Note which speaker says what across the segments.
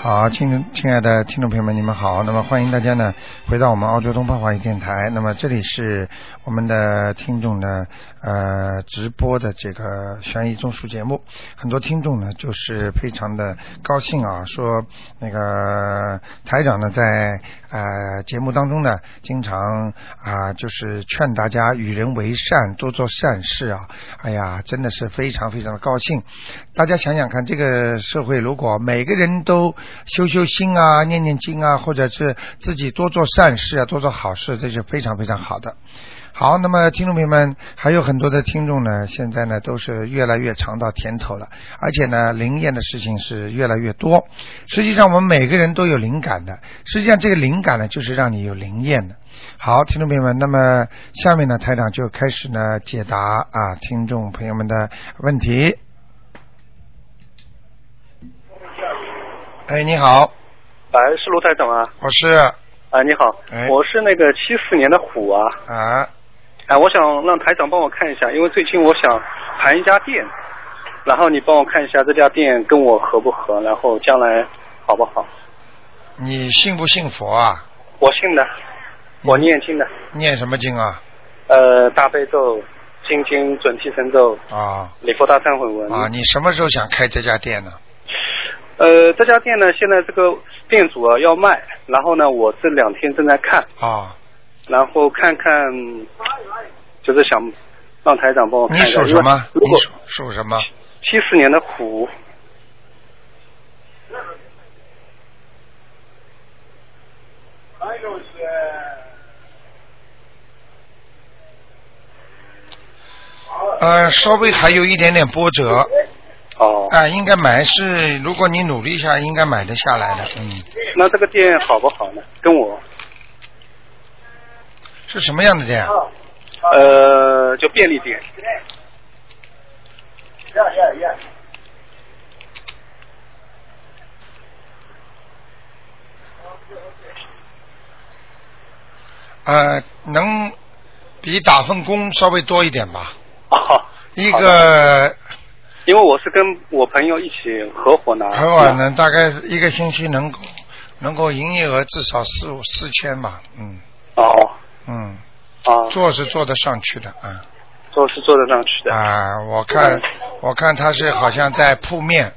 Speaker 1: 好，亲亲爱的听众朋友们，你们好。那么欢迎大家呢回到我们澳洲东方华语电台。那么这里是我们的听众呢呃直播的这个悬疑综述节目。很多听众呢就是非常的高兴啊，说那个台长呢在呃节目当中呢经常啊、就是劝大家与人为善，多做善事啊。哎呀，真的是非常非常的高兴。大家想想看，这个社会如果每个人都修修心啊、念念经啊，或者是自己多做善事啊、多做好事，这是非常非常好的。好，那么听众朋友们，还有很多的听众呢，现在呢都是越来越尝到甜头了，而且呢，灵验的事情是越来越多。实际上，我们每个人都有灵感的，实际上这个灵感呢，就是让你有灵验的。好，听众朋友们，那么下面呢，台长就开始呢解答啊听众朋友们的问题。哎，你好，
Speaker 2: 哎，是卢台长啊！
Speaker 1: 我是
Speaker 2: 哎，你好，
Speaker 1: 哎
Speaker 2: 我是那个七四年的虎啊！
Speaker 1: 啊，
Speaker 2: 哎，我想让台长帮我看一下，因为最近我想盘一家店，然后你帮我看一下这家店跟我合不合，然后将来好不好？
Speaker 1: 你信不信佛啊？
Speaker 2: 我信的，我念经的，
Speaker 1: 念什么经啊？
Speaker 2: 呃，大悲咒、心经、准提神咒、
Speaker 1: 啊
Speaker 2: 礼佛大忏悔文。
Speaker 1: 啊，你什么时候想开这家店呢？
Speaker 2: 呃，这家店呢，现在这个店主啊要卖，然后呢，我这两天正在看，
Speaker 1: 啊，
Speaker 2: 然后看看，就是想让台长帮我看
Speaker 1: 你
Speaker 2: 一下。
Speaker 1: 属
Speaker 2: 因
Speaker 1: 什
Speaker 2: 为
Speaker 1: 么？
Speaker 2: 哦如果
Speaker 1: 你属属什么？
Speaker 2: 七四年的虎，
Speaker 1: 呃，稍微还有一点点波折，
Speaker 2: 哦，
Speaker 1: 啊、应该买是，如果你努力一下，应该买得下来的。嗯，
Speaker 2: 那这个店好不好呢？跟我，
Speaker 1: 是什么样的店啊？
Speaker 2: 呃，就便利店，
Speaker 1: 呃，能比打份工稍微多一点吧。
Speaker 2: 哦，
Speaker 1: 一
Speaker 2: 好的
Speaker 1: 个
Speaker 2: 因为我是跟我朋友一起合伙拿，啊
Speaker 1: 偶尔呢，大概一个星期能够能够营业额至少四五四千吧。嗯
Speaker 2: 哦，
Speaker 1: 嗯，
Speaker 2: 啊，
Speaker 1: 做是做得上去的啊。
Speaker 2: 做是做得上去的，嗯
Speaker 1: 啊，我看我看他是好像在铺面，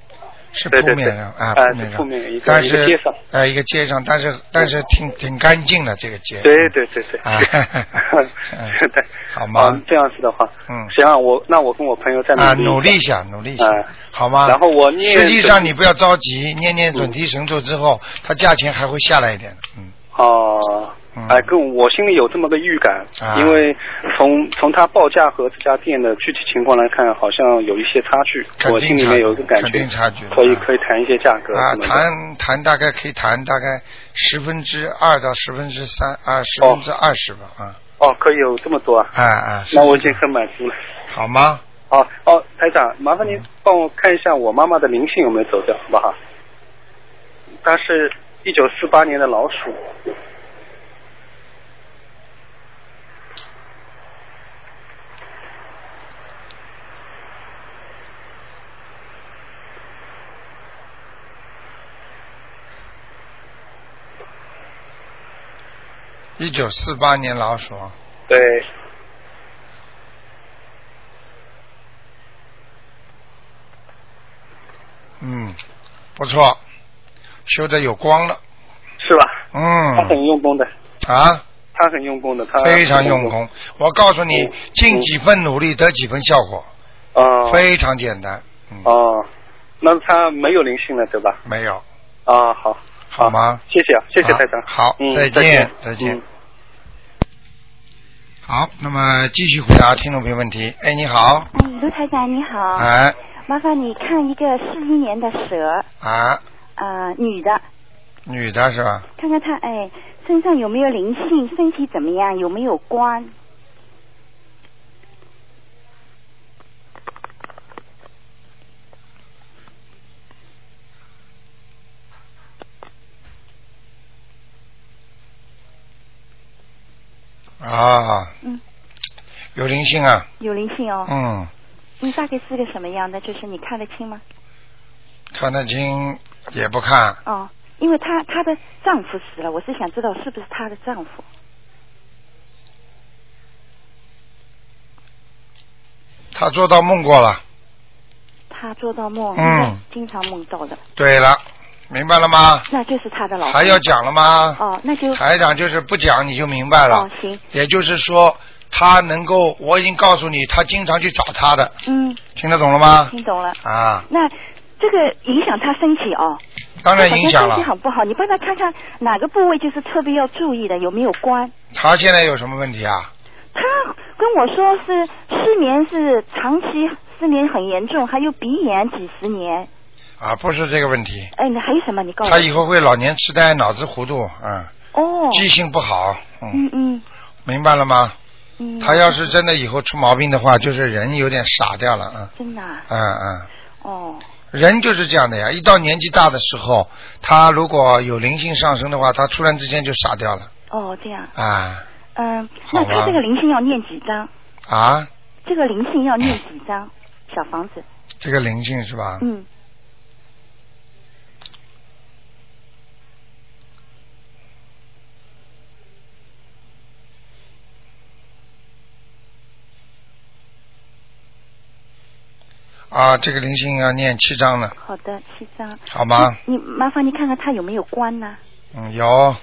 Speaker 1: 是铺
Speaker 2: 对对
Speaker 1: 面
Speaker 2: 对
Speaker 1: 上
Speaker 2: 啊
Speaker 1: 铺
Speaker 2: 是
Speaker 1: 面上，
Speaker 2: 铺面一个
Speaker 1: 但
Speaker 2: 一
Speaker 1: 是
Speaker 2: 个街上
Speaker 1: 呃一个街上，但是但是挺挺干净的这个街，
Speaker 2: 对对对 对，
Speaker 1: 啊
Speaker 2: 对对，
Speaker 1: 好吗
Speaker 2: 啊这样子的话，
Speaker 1: 嗯
Speaker 2: 行啊，我那我跟我朋友再
Speaker 1: 啊，
Speaker 2: 努
Speaker 1: 努力
Speaker 2: 力
Speaker 1: 一
Speaker 2: 一下，
Speaker 1: 下，努力一下
Speaker 2: 啊，
Speaker 1: 好吗？
Speaker 2: 然后我念
Speaker 1: 实际上
Speaker 2: 准嗯
Speaker 1: 你不要着急，念念准提神咒之后，它价钱还会下来一点的，嗯。
Speaker 2: 哦
Speaker 1: 嗯。
Speaker 2: 哎，跟我心里有这么个预感，
Speaker 1: 啊
Speaker 2: 因为从从他报价和这家店的具体情况来看，好像有一些差距，
Speaker 1: 肯定
Speaker 2: 我心里
Speaker 1: 差
Speaker 2: 面有一个感觉，
Speaker 1: 肯定差距
Speaker 2: 可以
Speaker 1: 啊
Speaker 2: 可以谈一些价格
Speaker 1: 啊
Speaker 2: 什，么的
Speaker 1: 谈谈大概可以谈大概十分之二到十分之三啊，十分之二十吧啊，
Speaker 2: 哦，可以有这么多啊，
Speaker 1: 啊啊，
Speaker 2: 那我已经很满足了。
Speaker 1: 好吗？嗯
Speaker 2: 哦哦，台长，麻烦您帮我看一下我妈妈的灵性有没有走掉，好不好？她是一九四八年的老鼠，
Speaker 1: 一九四八年老鼠，
Speaker 2: 对，
Speaker 1: 嗯，不错，修的有光了，
Speaker 2: 是吧？她很
Speaker 1: 嗯，
Speaker 2: 用功的，
Speaker 1: 啊，
Speaker 2: 她很用功的，她
Speaker 1: 非常用。功。我告诉你
Speaker 2: 呃嗯，
Speaker 1: 尽几分努力得几分效果，
Speaker 2: 哦
Speaker 1: 非常简单，嗯，
Speaker 2: 哦，那她没有灵性了，对吧？
Speaker 1: 没有，
Speaker 2: 啊，好，
Speaker 1: 好吗？
Speaker 2: 谢谢啊，谢谢
Speaker 1: 好
Speaker 2: 台长。
Speaker 1: 好
Speaker 2: 嗯，
Speaker 1: 再见
Speaker 2: 见，
Speaker 1: 再见
Speaker 2: 嗯
Speaker 1: 好，那么继续回答听众朋友问题。哎，你好，
Speaker 3: 哎，卢台长你
Speaker 2: 啊
Speaker 3: 好，
Speaker 1: 哎
Speaker 3: 麻烦你看一个四一年的蛇，
Speaker 1: 啊，
Speaker 3: 呃，女的，
Speaker 1: 女的是吧？
Speaker 3: 看看她哎身上有没有灵性，身体怎么样，有没有光？
Speaker 1: 啊，
Speaker 3: 嗯，
Speaker 1: 有灵性啊，
Speaker 3: 有灵性哦，
Speaker 1: 嗯，
Speaker 3: 你大概是个什么样的？就是你看得清吗？
Speaker 1: 看得清也不看，
Speaker 3: 哦，因为她她的丈夫死了，我是想知道是不是她的丈夫。
Speaker 1: 他做到梦过了。
Speaker 3: 她做到梦，
Speaker 1: 嗯，
Speaker 3: 经常梦到的，
Speaker 1: 对了，明白了吗？
Speaker 3: 那就是她的老公。
Speaker 1: 还要讲了吗？
Speaker 3: 哦，那就
Speaker 1: 台长就是不讲你就明白了。
Speaker 3: 哦行，
Speaker 1: 也就是说，他能够，我已经告诉你，他经常去找他的，
Speaker 3: 嗯，
Speaker 1: 听得懂了吗？
Speaker 3: 听懂了。
Speaker 1: 啊，
Speaker 3: 那这个影响她身体哦，
Speaker 1: 当然影响
Speaker 3: 好像身体
Speaker 1: 了。
Speaker 3: 很不好，你帮她看看哪个部位就是特别要注意的，有没有关？
Speaker 1: 他现在有什么问题啊？
Speaker 3: 她跟我说是失眠是长期失眠很严重，还有鼻炎几十年。
Speaker 1: 啊，不是这个问题，
Speaker 3: 哎，那还有什么？你告诉
Speaker 1: 他
Speaker 3: 我。
Speaker 1: 以后会老年痴呆、脑子糊涂，嗯，
Speaker 3: 哦。
Speaker 1: 记性不好，嗯，
Speaker 3: 嗯嗯
Speaker 1: 明白了吗？
Speaker 3: 嗯。
Speaker 1: 他要是真的以后出毛病的话，就是人有点傻掉了，嗯
Speaker 3: 真的啊、
Speaker 1: 嗯嗯。
Speaker 3: 哦，
Speaker 1: 人就是这样的呀，一到年纪大的时候，他如果有灵性上升的话，他突然之间就傻掉了
Speaker 3: 哦，这样，
Speaker 1: 啊
Speaker 3: 嗯，
Speaker 1: 好
Speaker 3: 那
Speaker 1: 吧
Speaker 3: 他这个灵性要念几张？
Speaker 1: 啊！
Speaker 3: 这个灵性要念几张？小房子，
Speaker 1: 这个灵性是吧？
Speaker 3: 嗯，
Speaker 1: 啊，这个灵性要念七章呢，
Speaker 3: 好的，七张。
Speaker 1: 好吗？
Speaker 3: 你你麻烦你看看他有没有关呢？
Speaker 1: 嗯，有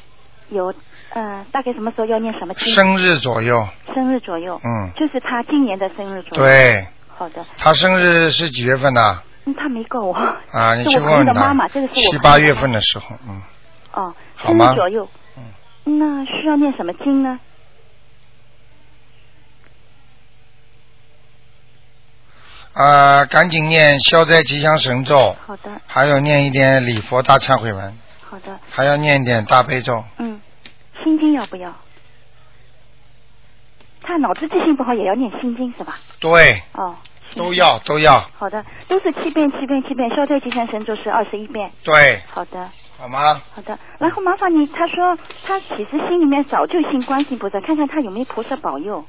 Speaker 3: 有，嗯、大概什么时候要念什么经？
Speaker 1: 生日左右，
Speaker 3: 生日左右，
Speaker 1: 嗯，
Speaker 3: 就是他今年的生日左右。。
Speaker 1: 对
Speaker 3: 好的，
Speaker 1: 他生日是几月份的？
Speaker 3: 嗯，他没告我。
Speaker 1: 啊，你
Speaker 3: 是
Speaker 1: 去
Speaker 3: 我
Speaker 1: 问
Speaker 3: 朋友
Speaker 1: 问
Speaker 3: 的
Speaker 1: 他
Speaker 3: 妈妈，这个，是我
Speaker 1: 七
Speaker 3: 朋友
Speaker 1: 八
Speaker 3: 的
Speaker 1: 月
Speaker 3: 妈
Speaker 1: 份的时候，嗯，
Speaker 3: 哦，
Speaker 1: 好
Speaker 3: 生
Speaker 1: 吗嗯
Speaker 3: 日左右。那需要念什么经呢？
Speaker 1: 啊，赶紧念消灾吉祥神咒，
Speaker 3: 好的，
Speaker 1: 还有念一点礼佛大忏悔文，
Speaker 3: 好的，
Speaker 1: 还要念一点大悲咒。
Speaker 3: 嗯，心经要不要？他脑子记性不好也要念心经是吧？
Speaker 1: 对，
Speaker 3: 哦，心
Speaker 1: 都。要都要，
Speaker 3: 好的，都是七遍七遍七遍，消灾吉祥神咒是二十一遍。
Speaker 1: 对，
Speaker 3: 好的，
Speaker 1: 好吗？
Speaker 3: 好的。然后麻烦你，他说他其实心里面早就信观世音菩萨，看看他有没有菩萨保佑。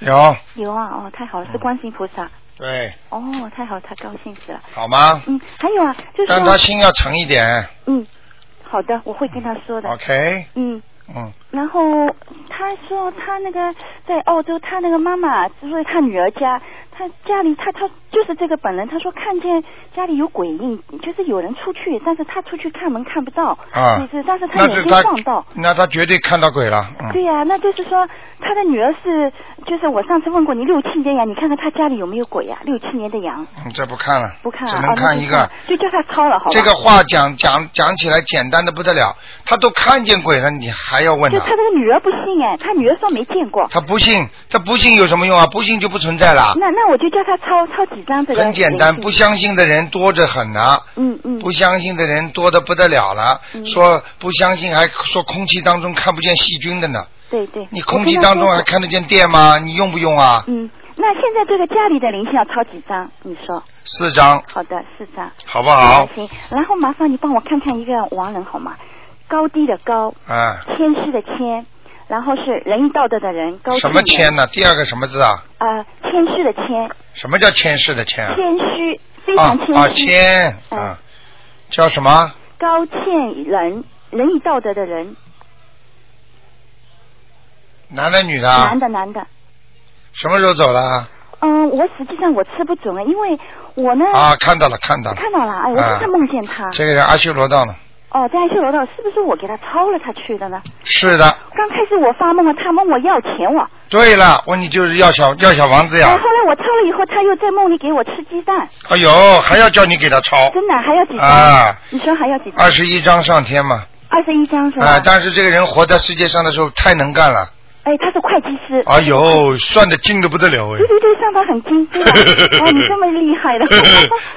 Speaker 1: 有，
Speaker 3: 有啊，哦，太
Speaker 1: 嗯
Speaker 3: 好了，是观世音菩萨。
Speaker 1: 对，
Speaker 3: 哦，太好了，他高兴死了。
Speaker 1: 好吗？
Speaker 3: 嗯，还有啊，就是
Speaker 1: 但他
Speaker 3: 说，
Speaker 1: 心要诚一点
Speaker 3: 嗯，好的，我会跟他说的。
Speaker 1: ，OK，
Speaker 3: 嗯，
Speaker 1: 嗯，
Speaker 3: 然后他说他那个在澳洲，他那个妈妈就是他女儿家，他家里他他就是这个本人，他说看见家里有鬼影，就是有人出去，但是他出去看门看不到，
Speaker 1: 啊
Speaker 3: 就是但是他
Speaker 1: 那
Speaker 3: 眼
Speaker 1: 是
Speaker 3: 睛
Speaker 1: 他
Speaker 3: 晃到。，
Speaker 1: 那他绝对看到鬼了，嗯，
Speaker 3: 对呀、那就是说他的女儿是，就是我上次问过你六七年呀，你看看他家里有没有鬼呀、六七年的羊
Speaker 1: 嗯这不看了，
Speaker 3: 不看
Speaker 1: 只
Speaker 3: 啊，
Speaker 1: 能
Speaker 3: 哦那
Speaker 1: 看
Speaker 3: 就
Speaker 1: 一个。
Speaker 3: 就叫他抄了，好吧？
Speaker 1: 这个话讲讲讲起来简单的不得了，他都看见鬼了，你还要问
Speaker 3: 就
Speaker 1: 他
Speaker 3: 他？这个女儿不信哎，他女儿说没见过，
Speaker 1: 他不信，他不信有什么用啊？不信就不存在了，
Speaker 3: 那那我就叫他抄抄几张这个。
Speaker 1: 很简单，不。相信的人多着很呢、啊
Speaker 3: 嗯嗯。
Speaker 1: 不相信的人多的不得了了，
Speaker 3: 嗯
Speaker 1: 说不相信还说空气当中看不见细菌的呢，
Speaker 3: 对对，
Speaker 1: 你
Speaker 3: 我
Speaker 1: 空
Speaker 3: 跟
Speaker 1: 气
Speaker 3: 他
Speaker 1: 当中
Speaker 3: 说
Speaker 1: 还
Speaker 3: 过
Speaker 1: 看得见电吗？你用不用啊？
Speaker 3: 嗯，那现在这个家里的灵性要抄几张？你说
Speaker 1: 四张，
Speaker 3: 好的，四张。
Speaker 1: 好不好？
Speaker 3: 嗯行，然后麻烦你帮我看看一个亡人好吗？高低的高，
Speaker 1: 啊，
Speaker 3: 嗯谦虚的谦，然后是仁义道德的人，高
Speaker 1: 什么
Speaker 3: 敬
Speaker 1: 谦
Speaker 3: 人？
Speaker 1: 呢？第二个什么字啊？
Speaker 3: 啊，谦虚的谦，
Speaker 1: 什么叫谦式的谦啊？
Speaker 3: 谦虚，非
Speaker 1: 啊
Speaker 3: 常谦虚。
Speaker 1: 啊谦
Speaker 3: 嗯
Speaker 1: 啊，叫什么？
Speaker 3: 高欠人，仁义道德的人，
Speaker 1: 男的女的啊？
Speaker 3: 男的男的。
Speaker 1: 什么时候走了？啊
Speaker 3: 嗯，我实际上我吃不准啊，因为我呢、
Speaker 1: 啊，看到了，看到了，
Speaker 3: 嗯看到了，哎，我
Speaker 1: 啊
Speaker 3: 经常梦见他。
Speaker 1: 这个人阿修罗道了。
Speaker 3: 哦，在爱修罗道是不是我给他抄了他去的呢？
Speaker 1: 是的，
Speaker 3: 刚开始我发梦啊了，他问我要钱我，
Speaker 1: 对了，问你就是要小要小王子
Speaker 3: 哎，
Speaker 1: 呀。
Speaker 3: 后来我抄了以后，他又在梦里给我吃鸡蛋，
Speaker 1: 哎呦，还要叫你给他抄
Speaker 3: 真的还要几张？
Speaker 1: 啊
Speaker 3: 你说还要几张
Speaker 1: 二？十一章上天嘛。
Speaker 3: 二十一张是吧？
Speaker 1: 啊，但是这个人活在世界上的时候太能干了，
Speaker 3: 哎，他是会计师。
Speaker 1: 哎呦，算的精的不得了哎
Speaker 3: 对。对对，上班很精， 对吧？哦，你这么厉害的。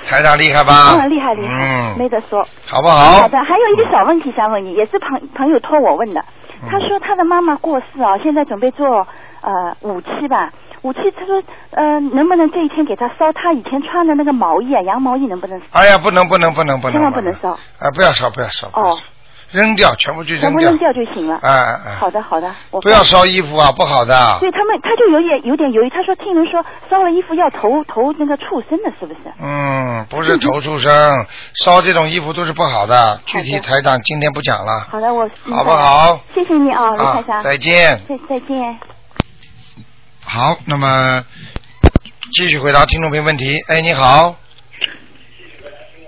Speaker 1: 台长厉害吧？
Speaker 3: 嗯，厉害厉害，没
Speaker 1: 嗯，
Speaker 3: 得说。
Speaker 1: 好不好？
Speaker 3: 好的，还有一个小问题想问你，也是朋朋友托我问的。
Speaker 1: 嗯
Speaker 3: 他说他的妈妈过世啊，现在准备做呃五期吧。五期，他说呃能不能这一天给他烧他以前穿的那个毛衣啊，羊毛衣能不能烧？
Speaker 1: 哎呀，不能不能不能不能，
Speaker 3: 千万不能烧
Speaker 1: 啊！不要烧，不要烧，不要烧
Speaker 3: 哦，
Speaker 1: 扔掉，全部去
Speaker 3: 全
Speaker 1: 扔
Speaker 3: 部
Speaker 1: 掉
Speaker 3: 扔。掉就行了。
Speaker 1: 哎哎哎，
Speaker 3: 好的好的，我
Speaker 1: 不要烧衣服啊，不好的。
Speaker 3: 对他们，他就有点有点犹豫。他说听人说烧了衣服要投投那个畜生的，是不是？
Speaker 1: 嗯，不是投畜生， 烧这种衣服都是不好的。具体台长今天不讲了，
Speaker 3: 好的，我明白
Speaker 1: 好不
Speaker 3: 了？
Speaker 1: 好？
Speaker 3: 谢谢你啊，卢
Speaker 1: 啊
Speaker 3: 台长，，
Speaker 1: 再见。
Speaker 3: 再再见。
Speaker 1: 好，那么继续回答听众朋友问题。哎，你好，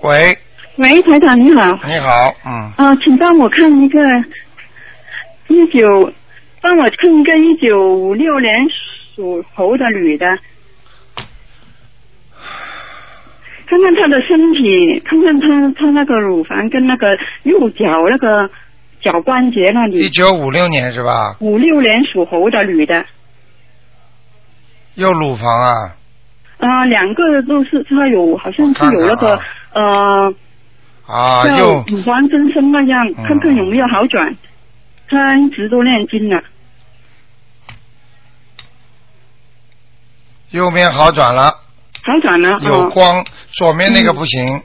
Speaker 1: 喂，
Speaker 4: 喂，台长你好，
Speaker 1: 你好，嗯，
Speaker 4: 啊、请帮我看一个一九，帮我看一个一九五六年属猴的女的，看看她的身体，看看她她那个乳房跟那个右脚那个脚关节那
Speaker 1: 一
Speaker 4: 里。
Speaker 1: 九五六年是吧？
Speaker 4: 五六年属猴的女的，
Speaker 1: 右乳房啊，
Speaker 4: 啊、两个都是她有，好像是有那
Speaker 1: 我看看
Speaker 4: 个
Speaker 1: 啊
Speaker 4: 呃
Speaker 1: 啊，嗯
Speaker 4: 像
Speaker 1: 右
Speaker 4: 乳房增生那样，看看有没有好转。她一直都念经啊了。
Speaker 1: 右边好转了，
Speaker 4: 好转了，
Speaker 1: 有
Speaker 4: 哦，嗯
Speaker 1: 光，左面那个不行，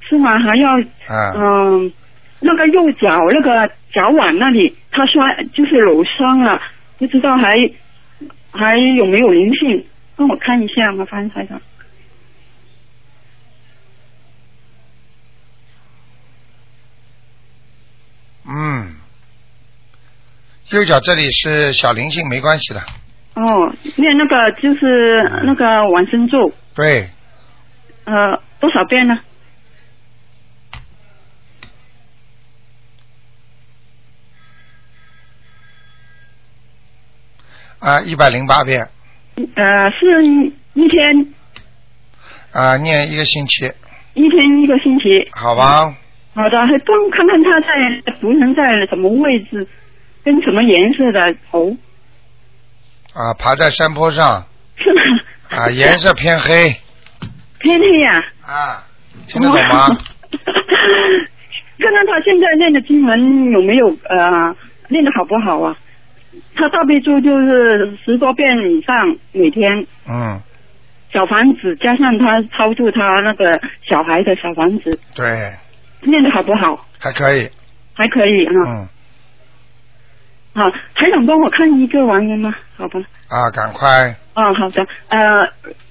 Speaker 4: 是吗？还要
Speaker 1: 啊，
Speaker 4: 嗯、那个右脚那个脚腕那里，他摔就是扭伤了，不知道还还有没有灵性？帮我看一下，麻烦台长。
Speaker 1: 嗯，右脚这里是小灵性，没关系的，
Speaker 4: 哦，念那个就是
Speaker 1: 嗯
Speaker 4: 那个往生咒，
Speaker 1: 对，
Speaker 4: 呃，多少遍呢？
Speaker 1: 啊，一百零八遍，
Speaker 4: 呃，是一一天
Speaker 1: 啊，念一个星期，
Speaker 4: 一天一个星期。
Speaker 1: 好吧？
Speaker 4: 好的，还帮看看他在图腾在什么位置，跟什么颜色的头？
Speaker 1: 啊，爬在山坡上，
Speaker 4: 是吗？
Speaker 1: 啊，颜色偏黑，
Speaker 4: 天黑呀、
Speaker 1: 啊，听得懂吗？
Speaker 4: 看看他现在练的经文有没有呃练的好不好啊？他大悲咒就是十多遍以上每天，
Speaker 1: 嗯，
Speaker 4: 小房子加上他操作他那个小孩的小房子
Speaker 1: 对，
Speaker 4: 练的好不好？
Speaker 1: 还可以，
Speaker 4: 还可以啊。
Speaker 1: 嗯，
Speaker 4: 好，还想帮我看一个王人吗？好吧。
Speaker 1: 啊，赶快，
Speaker 4: 啊，好的。呃，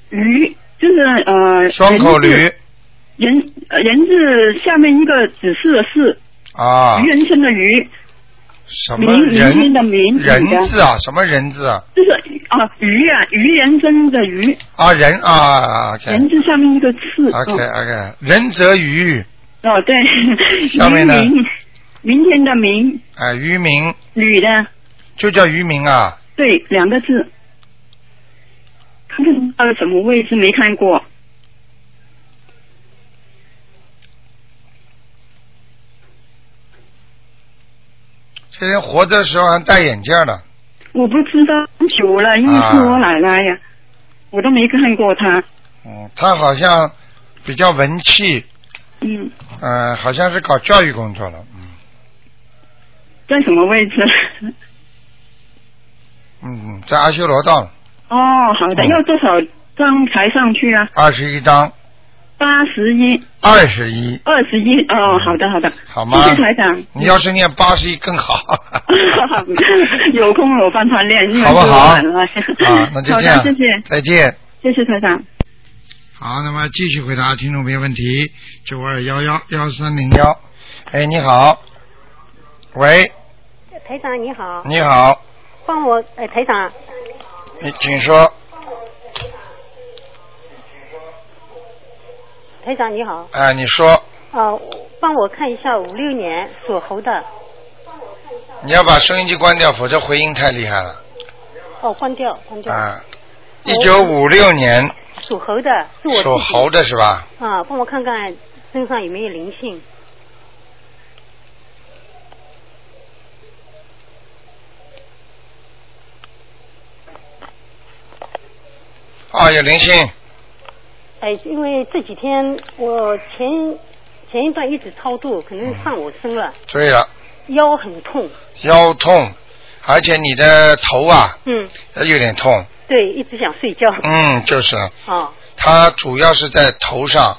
Speaker 4: 驴就是呃
Speaker 1: 双口驴
Speaker 4: 人字人呃人字下面一个指示的是
Speaker 1: 啊，
Speaker 4: 鱼人参的鱼，
Speaker 1: 什么
Speaker 4: 明明
Speaker 1: 人
Speaker 4: 天的明，女的
Speaker 1: 人字啊？什么人字啊？
Speaker 4: 就是啊，鱼啊，鱼人参的鱼，
Speaker 1: 啊，人啊
Speaker 4: 人
Speaker 1: ，OK，OK，OK，、
Speaker 4: 字下面一个刺。嗯
Speaker 1: OK，OK，人则鱼，
Speaker 4: 哦，对。
Speaker 1: 下面呢
Speaker 4: 明明明天的明，
Speaker 1: 啊，渔民
Speaker 4: 女的，
Speaker 1: 就叫渔民啊，
Speaker 4: 对，两个字。看看到什么位置没看过？
Speaker 1: 这人活着的时候还戴眼镜呢，
Speaker 4: 我不知道，很久了，因为
Speaker 1: 啊
Speaker 4: 是我奶奶呀，我都没看过她。
Speaker 1: 嗯，他好像比较文气，
Speaker 4: 嗯，
Speaker 1: 呃，好像是搞教育工作了，嗯
Speaker 4: 在什么位置？
Speaker 1: 嗯，在阿修罗道了，
Speaker 4: 哦，好的，
Speaker 1: 嗯
Speaker 4: 要多少张才上去啊？
Speaker 1: 二十一章，
Speaker 4: 八十一，
Speaker 1: 二十一，
Speaker 4: 二十一。哦，好的，好的。
Speaker 1: 好吗
Speaker 4: 谢谢台长。
Speaker 1: 你要是念八十一更 好。
Speaker 4: 有空我帮他练，因为
Speaker 1: 好不好？
Speaker 4: 是我晚了
Speaker 1: 啊，那就
Speaker 4: 好
Speaker 1: 这样，
Speaker 4: 的，谢谢，
Speaker 1: 再见。
Speaker 4: 谢谢台长。
Speaker 1: 好，那么继续回答听众朋友问题，九二幺幺幺三零幺。哎，你好，喂，
Speaker 5: 哎台长你好，
Speaker 1: 你好，
Speaker 5: 帮我呃台长，
Speaker 1: 你请说。
Speaker 5: 台长你好，
Speaker 1: 哎，你说，
Speaker 5: 啊、帮我看一下五六年属猴的，
Speaker 1: 你要把收音机关掉，否则回音太厉害了。
Speaker 5: 哦关掉关掉，
Speaker 1: 啊，一九五六年
Speaker 5: 属猴的是我自己
Speaker 1: 属猴的是吧？
Speaker 5: 啊，帮我看看身上有没有灵性，
Speaker 1: 啊，有灵性，
Speaker 5: 哎，因为这几天我前前一段一直超度，可能上我身了，
Speaker 1: 对了，
Speaker 5: 腰很痛，
Speaker 1: 腰痛，而且你的头啊
Speaker 5: 嗯，
Speaker 1: 有点痛，
Speaker 5: 对，一直想睡觉，
Speaker 1: 嗯，就是。
Speaker 5: 啊，
Speaker 1: 它主要是在头上，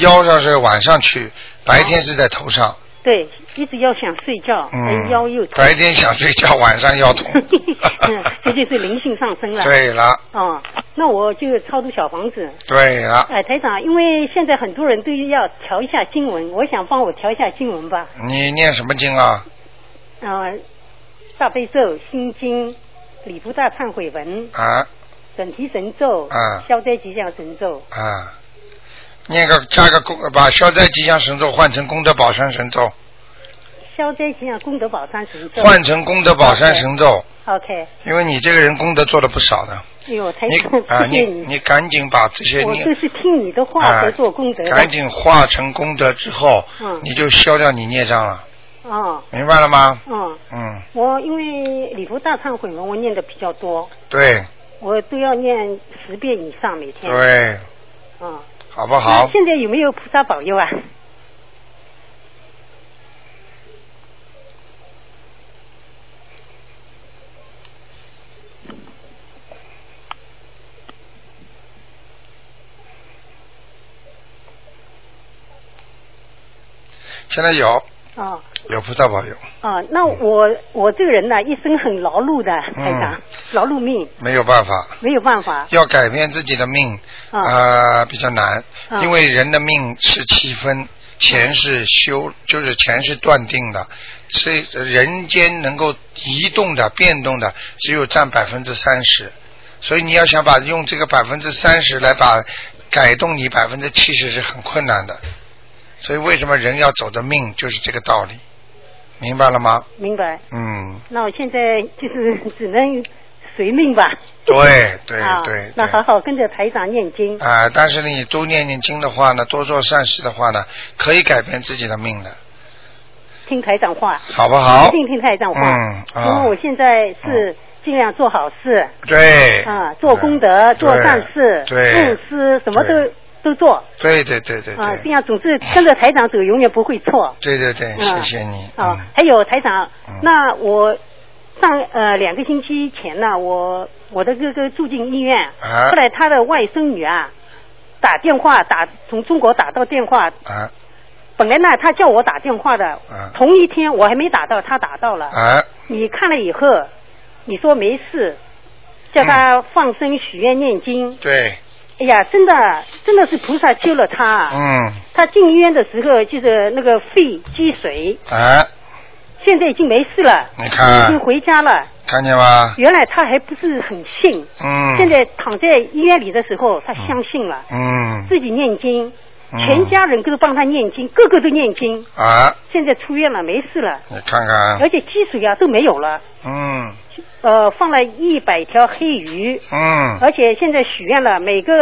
Speaker 1: 腰上是晚上去，白天是在头上，
Speaker 5: 对，一直要想睡觉，
Speaker 1: 嗯，
Speaker 5: 哎腰又痛。。
Speaker 1: 白天想睡觉，晚上腰痛
Speaker 5: 嗯，这就是灵性上升了。。
Speaker 1: 对了，
Speaker 5: 哦，那我就超度小房子。
Speaker 1: 对了，
Speaker 5: 哎，台长，因为现在很多人都要调一下经文，我想帮我调一下经文吧。
Speaker 1: 你念什么经啊？
Speaker 5: 呃，大悲咒、心经、礼佛大忏悔文、
Speaker 1: 啊
Speaker 5: 准提神咒、
Speaker 1: 啊
Speaker 5: 消灾吉祥神咒。
Speaker 1: 啊，念个加个功，把消灾吉祥神咒换成功德宝山神咒，
Speaker 5: 消灾吉祥功德宝山神咒。
Speaker 1: 换成功德宝山神咒，
Speaker 5: OK，
Speaker 1: 因为你这个人功德做的不少的。
Speaker 5: 哎呦，台
Speaker 1: 你
Speaker 5: 长，谢
Speaker 1: 啊，你
Speaker 5: 谢你。
Speaker 1: 你赶紧把这些
Speaker 5: 我
Speaker 1: 你
Speaker 5: 就是听你的话
Speaker 1: 啊
Speaker 5: 才做功德的。
Speaker 1: 赶紧化成功德之后，
Speaker 5: 嗯
Speaker 1: 你就消掉你孽障了，
Speaker 5: 哦，
Speaker 1: 明白了吗？
Speaker 5: 嗯，
Speaker 1: 嗯，
Speaker 5: 我因为礼佛大忏悔文我念的比较多，
Speaker 1: 对
Speaker 5: 我都要念十遍以上每天。。
Speaker 1: 对，
Speaker 5: 嗯。
Speaker 1: 好不
Speaker 5: 那
Speaker 1: 好？
Speaker 5: 现在有没有菩萨保佑啊？
Speaker 1: 现在有
Speaker 5: 哦
Speaker 1: 有菩萨保佑，
Speaker 5: 哦，那我我这个人呢，一生很劳碌的，
Speaker 1: 嗯
Speaker 5: 台长，劳碌命，
Speaker 1: 没有办法，
Speaker 5: 没有办法。
Speaker 1: 要改变自己的命
Speaker 5: 嗯
Speaker 1: 啊、呃比较难，
Speaker 5: 嗯
Speaker 1: 因为人的命是七分，钱是修，就是钱是断定的，是人间能够移动的、变动的，只有占百分之三十，所以你要想把用这个百分之三十来把改动你百分之七十是很困难的，所以为什么人要走的命就是这个道理，明白了吗？
Speaker 5: 明白。
Speaker 1: 嗯，
Speaker 5: 那我现在就是 只能随命吧。
Speaker 1: 对对
Speaker 5: 啊，
Speaker 1: 对，
Speaker 5: 那
Speaker 1: 对
Speaker 5: 好好跟着台长念 经。
Speaker 1: 啊、但是呢，你多念念经的话呢，多做善事的话呢，可以改变自己的命的，
Speaker 5: 听台长话，
Speaker 1: 好不好
Speaker 5: 一？定听台长话。
Speaker 1: 嗯啊
Speaker 5: 因为我现在是尽量做好事，
Speaker 1: 对。
Speaker 5: 啊，做功德，
Speaker 1: 对
Speaker 5: 做善事，
Speaker 1: 对
Speaker 5: 布施，什么都
Speaker 1: 对
Speaker 5: 都做，
Speaker 1: 对对对对
Speaker 5: 啊，这
Speaker 1: 对。
Speaker 5: 样总是跟着台长走，永远不会错。
Speaker 1: 对对对，
Speaker 5: 嗯
Speaker 1: 谢谢你。
Speaker 5: 啊
Speaker 1: 嗯，
Speaker 5: 还有台长
Speaker 1: 嗯，
Speaker 5: 那我上呃两个星期前呢，我我的哥哥住进医院，
Speaker 1: 啊
Speaker 5: 后来他的外甥女啊打电话打从中国打到电话，
Speaker 1: 啊
Speaker 5: 本来呢他叫我打电话的，同一天我还没打到，他打到了。
Speaker 1: 啊！嗯
Speaker 5: 你看了以后，你说没事，叫他放生、许愿、念经。
Speaker 1: 对，
Speaker 5: 哎呀，真的真的是菩萨救了他啊。
Speaker 1: 嗯
Speaker 5: 他进医院的时候就是那个肺积水，
Speaker 1: 啊，
Speaker 5: 现在已经没事了，
Speaker 1: 你
Speaker 5: 已经
Speaker 1: 看
Speaker 5: 回家了。
Speaker 1: 看见吗？
Speaker 5: 原来他还不是很信，
Speaker 1: 啊嗯。
Speaker 5: 现在躺在医院里的时候，他相信了，
Speaker 1: 嗯
Speaker 5: 自己念经，
Speaker 1: 嗯
Speaker 5: 全家人都帮他念经，个个都念经。
Speaker 1: 啊，
Speaker 5: 现在出院了，没事了，
Speaker 1: 你看
Speaker 5: 而
Speaker 1: 看，
Speaker 5: 且积水啊都没有了。
Speaker 1: 嗯
Speaker 5: 呃，放了一百条黑鱼，
Speaker 1: 嗯
Speaker 5: 而且现在许愿了，每个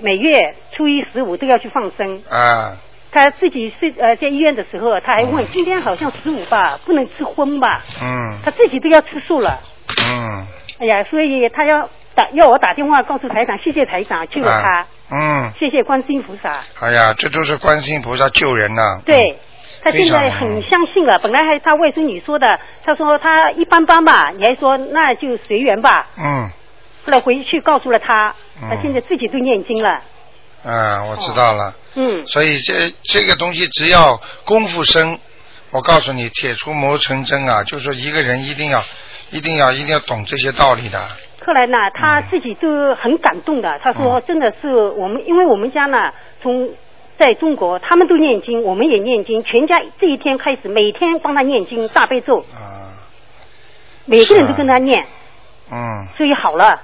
Speaker 5: 每月初一十五都要去放生。
Speaker 1: 啊，
Speaker 5: 他自己睡呃在医院的时候，他还问今天好像十五吧，不能吃荤吧？
Speaker 1: 嗯
Speaker 5: 他自己都要吃素了。
Speaker 1: 嗯
Speaker 5: 哎呀，所以他要打要我打电话告诉台长，谢谢台长救了他，
Speaker 1: 啊嗯，
Speaker 5: 谢谢观世音菩萨。
Speaker 1: 哎呀，这都是观世音菩萨救人呐。
Speaker 5: 对。他现
Speaker 1: 嗯非
Speaker 5: 在
Speaker 1: 常
Speaker 5: 很相信了，本来还他外孙女说的，他说他一般般吧，你还说那就随缘吧。
Speaker 1: 嗯。
Speaker 5: 后来回去告诉了他，
Speaker 1: 嗯
Speaker 5: 他现在自己都念经了。
Speaker 1: 嗯啊，我知道了。
Speaker 5: 嗯，
Speaker 1: 所以这这个东西只要功夫深，我告诉你，铁杵磨成针啊，就是说一个人一定要、一定要、一定要懂这些道理的。啊
Speaker 5: 后来呢，他
Speaker 1: 哎
Speaker 5: 自己都很感动的，他说
Speaker 1: 嗯
Speaker 5: 真的是我们，因为我们家呢，从在中国他们都念经，我们也念经，全家这一天开始每天帮他念经大悲咒，
Speaker 1: 啊，
Speaker 5: 每个人
Speaker 1: 是啊
Speaker 5: 都跟他念，
Speaker 1: 嗯，
Speaker 5: 所以好了。
Speaker 1: 嗯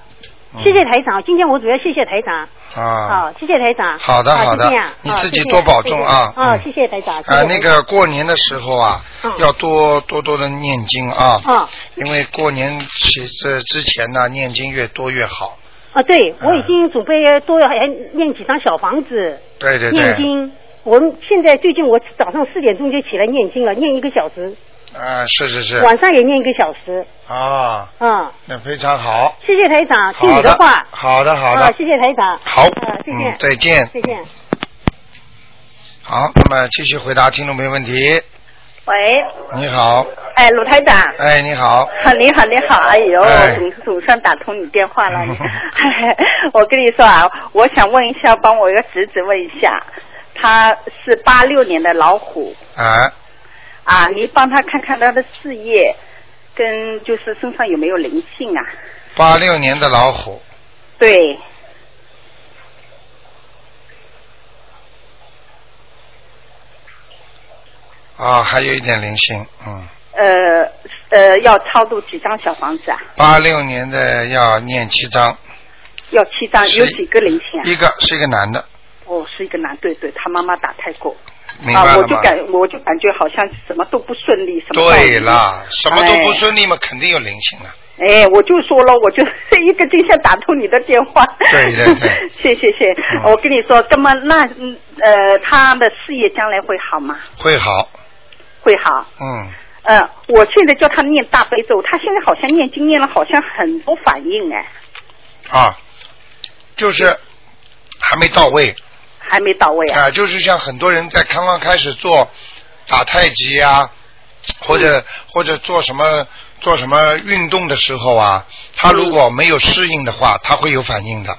Speaker 5: 谢谢台长，今天我主要谢谢台长，
Speaker 1: 啊，
Speaker 5: 好，谢谢台长。
Speaker 1: 好的好的
Speaker 5: 就这样
Speaker 1: 你
Speaker 5: 啊
Speaker 1: 自己
Speaker 5: 谢谢
Speaker 1: 多保重啊
Speaker 5: 啊，
Speaker 1: 嗯
Speaker 5: 谢谢台长。谢谢
Speaker 1: 啊，
Speaker 5: 台长
Speaker 1: 那个过年的时候啊，
Speaker 5: 嗯
Speaker 1: 要多多多的念经啊，
Speaker 5: 啊
Speaker 1: 因为过年其这之前呢，念经越多越好。
Speaker 5: 啊，对我已
Speaker 1: 嗯
Speaker 5: 经准备多还念几张小房子，
Speaker 1: 对对
Speaker 5: 念
Speaker 1: 对，
Speaker 5: 经。我们现在最近我早上四点钟就起来念经了，念一个小时，
Speaker 1: 啊，是是是，
Speaker 5: 晚上也念一个小时。
Speaker 1: 啊，
Speaker 5: 嗯，啊
Speaker 1: 那非常好。
Speaker 5: 谢谢台长，听
Speaker 1: 好
Speaker 5: 你
Speaker 1: 的
Speaker 5: 话。
Speaker 1: 好的好的
Speaker 5: 啊谢谢台长。
Speaker 1: 好
Speaker 5: 啊，再
Speaker 1: 嗯
Speaker 5: 见。
Speaker 1: 再见
Speaker 5: 再见。
Speaker 1: 好，那么继续回答听众朋友问题。
Speaker 6: 喂，
Speaker 1: 你好，
Speaker 6: 哎，鲁台长，
Speaker 1: 哎，你好，
Speaker 6: 好，你好，你好，哎呦，
Speaker 1: 哎
Speaker 6: 总总算打通你电话 了。我跟你说啊，我想问一下，帮我一个侄子问一下，他是八六年的老虎
Speaker 1: 啊，
Speaker 6: 啊、啊，你帮他看看他的事业，跟就是身上有没有灵性啊？
Speaker 1: 八六年的老虎，
Speaker 6: 对，
Speaker 1: 啊，还有一点灵性，嗯，
Speaker 6: 呃呃，要超度几张小房子啊？
Speaker 1: 八六年的要念七章，
Speaker 6: 要七张，
Speaker 1: 是
Speaker 6: 有几个灵性啊？
Speaker 1: 一个是一个男的，
Speaker 6: 哦，是一个男，对对，他妈妈打胎过。
Speaker 1: 明白
Speaker 6: 啊，我
Speaker 1: 了
Speaker 6: 就
Speaker 1: 吗？
Speaker 6: 感我就感觉好像什么都不顺利，什么都
Speaker 1: 对啦，什么都不
Speaker 6: 哎
Speaker 1: 顺利嘛，肯定有灵性了。
Speaker 6: 哎，我就说了，我就 一个劲想打通你的电话。
Speaker 1: 对对对
Speaker 6: 谢谢谢，
Speaker 1: 嗯
Speaker 6: 我跟你说，那么那嗯呃，他的事业将来会好吗？
Speaker 1: 会好，
Speaker 6: 会好。
Speaker 1: 嗯，
Speaker 6: 嗯，我现在叫他念大悲咒，他现在好像念经念了，好像很多反应哎，
Speaker 1: 啊，就是还没到位
Speaker 6: 还没到位啊。
Speaker 1: 啊，就是像很多人在刚刚开始做打太极啊，或
Speaker 6: 嗯
Speaker 1: 者或者做什么做什么运动的时候啊，
Speaker 6: 嗯
Speaker 1: 他如果没有适应的话，他会有反应的。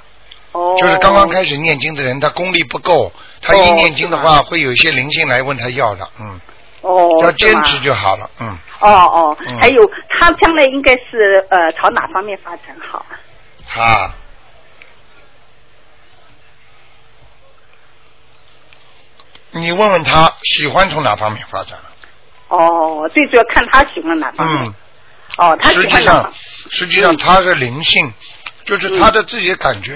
Speaker 6: 哦。
Speaker 1: 就是刚刚。开始念经的人，他功力不够，他一
Speaker 6: 哦
Speaker 1: 念经的话，会有一些灵性来问他要的，嗯，
Speaker 6: 哦。
Speaker 1: 要
Speaker 6: 是
Speaker 1: 坚
Speaker 6: 吗
Speaker 1: 持就好了，嗯，
Speaker 6: 哦哦
Speaker 1: 嗯，
Speaker 6: 还有他将来应该是呃朝哪方面发展好啊？
Speaker 1: 啊。你问问他喜欢从哪方面发展？
Speaker 6: 哦，最主要看他喜欢哪方面。
Speaker 1: 嗯，
Speaker 6: 哦，他
Speaker 1: 实
Speaker 6: 喜
Speaker 1: 际
Speaker 6: 欢哪
Speaker 1: 上
Speaker 6: 方？，嗯
Speaker 1: 实际上他是灵性，就是他的自己的感觉，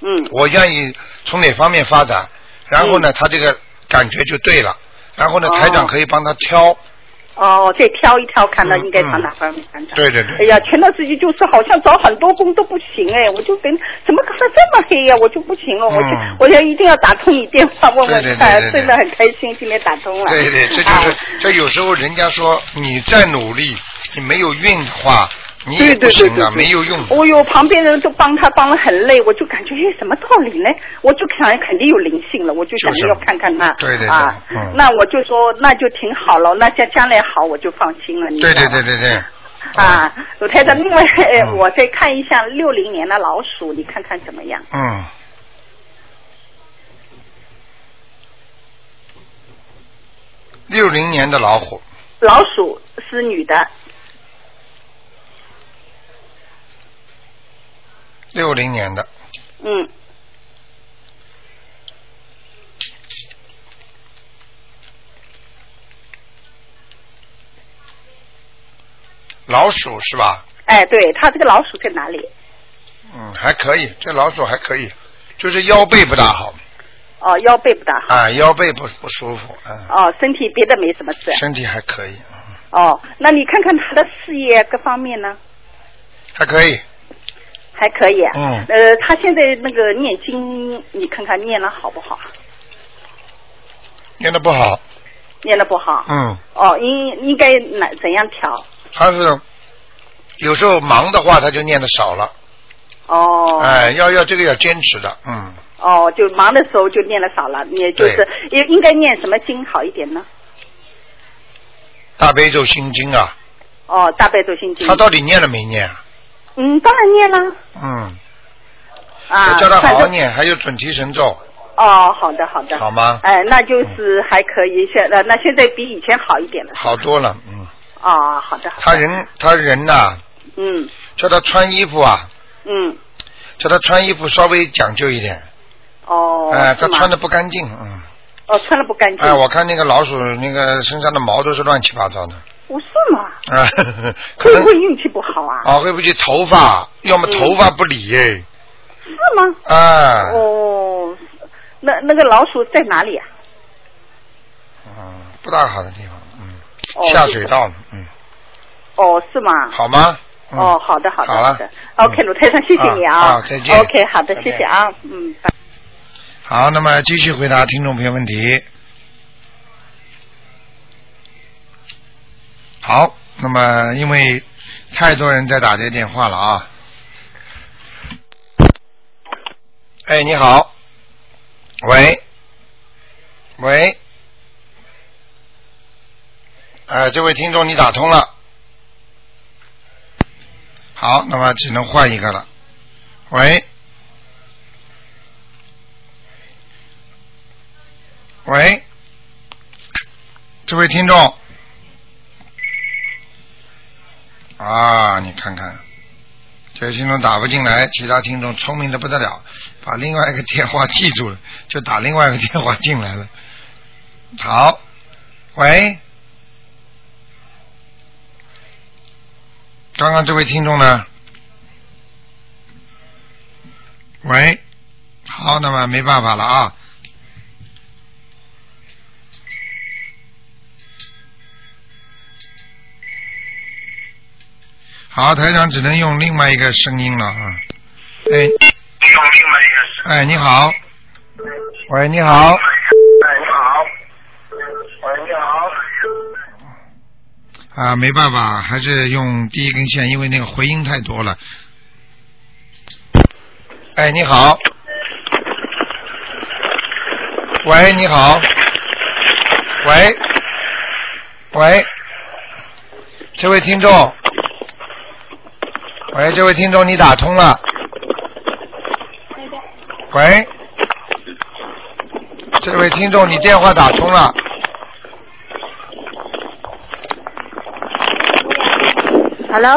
Speaker 6: 嗯，
Speaker 1: 我愿意从哪方面发展，然后呢，他这个感觉就对了，然后呢，
Speaker 6: 哦
Speaker 1: 台长可以帮他挑，
Speaker 6: 哦，再挑一挑，看到应该朝
Speaker 1: 嗯嗯
Speaker 6: 哪方面发展。
Speaker 1: 对对
Speaker 6: 哎
Speaker 1: 对，
Speaker 6: 呀，前段时间就是好像找很多工都不行哎，我就跟怎么搞得这么黑呀、我就不行了，我就
Speaker 1: 嗯
Speaker 6: 我要一定要打通你电话问
Speaker 1: 对
Speaker 6: 问
Speaker 1: 对对
Speaker 6: 看，
Speaker 1: 对对
Speaker 6: 真的很开心今天打通了。
Speaker 1: 对对，这就
Speaker 6: 啊
Speaker 1: 是这有时候人家说你再努力，你没有运的话，你
Speaker 6: 对
Speaker 1: 也不
Speaker 6: 对对
Speaker 1: 行
Speaker 6: 对
Speaker 1: 的，
Speaker 6: 对，
Speaker 1: 没有用的。
Speaker 6: 哦哟，旁边人都帮他帮了很累，我就感觉哎，什么道理呢？我就想哎肯定有灵性了，我就想
Speaker 1: 就是
Speaker 6: 要看看他。
Speaker 1: 对对对
Speaker 6: 啊，
Speaker 1: 嗯
Speaker 6: 那我就说那就挺好了，那将将来好我就放心了。你
Speaker 1: 对
Speaker 6: 知道
Speaker 1: 对
Speaker 6: 吗
Speaker 1: 对对对，
Speaker 6: 啊，鲁台长，另外、哎
Speaker 1: 嗯
Speaker 6: 我再看一下六零年的老鼠，你看看怎么样？
Speaker 1: 嗯。六零年的老虎，
Speaker 6: 老鼠是女的，
Speaker 1: 六零年的，
Speaker 6: 嗯，
Speaker 1: 老鼠是吧？
Speaker 6: 哎，对，她这个老鼠在哪里？
Speaker 1: 嗯，还可以，这老鼠还可以，就是腰背不大好，
Speaker 6: 哦，腰背不大好，
Speaker 1: 啊，腰背不不舒服，嗯，
Speaker 6: 哦，身体别的没什么事，
Speaker 1: 身体还可以，嗯
Speaker 6: 哦，那你看看她的事业各方面呢？
Speaker 1: 还可以，
Speaker 6: 还可以、
Speaker 1: 嗯
Speaker 6: 呃，他现在那个念经，你看看念了好不好？
Speaker 1: 念的不好，
Speaker 6: 念的不好。
Speaker 1: 嗯，
Speaker 6: 哦，应应该哪怎样调？
Speaker 1: 他是有时候忙的话，他就念的少了，
Speaker 6: 哦。
Speaker 1: 哎，要要这个要坚持的，嗯，
Speaker 6: 哦，就忙的时候就念的少了，也就是也应该念什么经好一点呢？
Speaker 1: 大悲咒心经啊，
Speaker 6: 哦，大悲咒心经。
Speaker 1: 他到底念了没念啊？
Speaker 6: 嗯，当然念了。
Speaker 1: 嗯，
Speaker 6: 啊。
Speaker 1: 我叫他好好
Speaker 6: 反正。
Speaker 1: 念，还有准提神咒，
Speaker 6: 哦，好的，好的。
Speaker 1: 好吗
Speaker 6: 哎，那就是还可以，现呃，那现在比以前好一点了。
Speaker 1: 好多了，嗯，
Speaker 6: 哦，好的。好的
Speaker 1: 他。人他人呐、
Speaker 6: 嗯
Speaker 1: 叫他穿衣服啊，
Speaker 6: 嗯。
Speaker 1: 叫他穿衣服稍微讲究一点，
Speaker 6: 哦。
Speaker 1: 哎、他
Speaker 6: 是吗
Speaker 1: 穿的不干净，嗯，
Speaker 6: 哦，穿的不干净。
Speaker 1: 哎，我看那个老鼠那个身上的毛都是乱七八糟的，
Speaker 6: 我是吗？
Speaker 1: 啊，呵呵 可
Speaker 6: 会
Speaker 1: 能
Speaker 6: 不会运气不好啊？
Speaker 1: 啊会不会头发，要么
Speaker 6: 嗯
Speaker 1: 头发不理哎，
Speaker 6: 是吗？
Speaker 1: 啊，
Speaker 6: 哦，那那个老鼠在哪里啊？
Speaker 1: 嗯，不大好的地方，嗯，
Speaker 6: 哦
Speaker 1: 下水道了，嗯，
Speaker 6: 哦，是吗？
Speaker 1: 好吗？嗯
Speaker 6: 哦，好的，好的，
Speaker 1: 好了嗯
Speaker 6: 的。OK，鲁台长，谢谢你
Speaker 1: 啊
Speaker 6: 啊。
Speaker 1: 啊再见
Speaker 6: OK，好的，
Speaker 1: 再
Speaker 6: 谢
Speaker 1: 见
Speaker 6: 谢啊。嗯，拜。
Speaker 1: 好，那么继续回答听众朋友问题。好，那么因为太多人在打这个电话了啊。哎，你好，喂，喂，哎，这位听众你打通了，好，那么只能换一个了。喂，喂，这位听众，啊，你看看，这个听众打不进来，其他听众聪明的不得了，把另外一个电话记住了，就打另外一个电话进来了。好，喂，刚刚这位听众呢？喂，好，那么没办法了啊。好，台长只能用另外一个声音了啊。哎，哎，你好。喂，你好。啊，没办法，还是用第一根线，因为那个回音太多了。哎，你好。喂，你好。喂，喂，这位听众。喂，这位听众，你打通了。喂，这位听众，你电话打通了。
Speaker 7: Hello。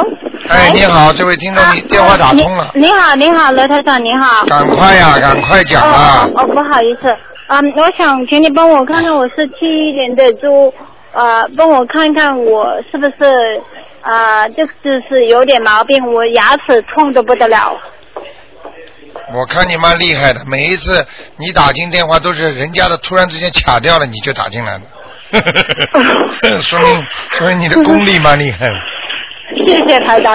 Speaker 1: 哎，你好，这位听众，你电话打通了，
Speaker 7: 你好，你好，罗台啊长，你好。
Speaker 1: 赶快呀、赶快讲啊！
Speaker 7: 哦，不好意思，嗯，我想请你帮我看看我是七一年的猪，呃，帮我看看我是不是呃，这就是有点毛病，我牙齿痛的不得了。
Speaker 1: 我看你蛮厉害的，每一次你打进电话都是人家的突然之间卡掉了，你就打进 来了，说明说明你的功力蛮厉害的。
Speaker 7: 谢谢 台长。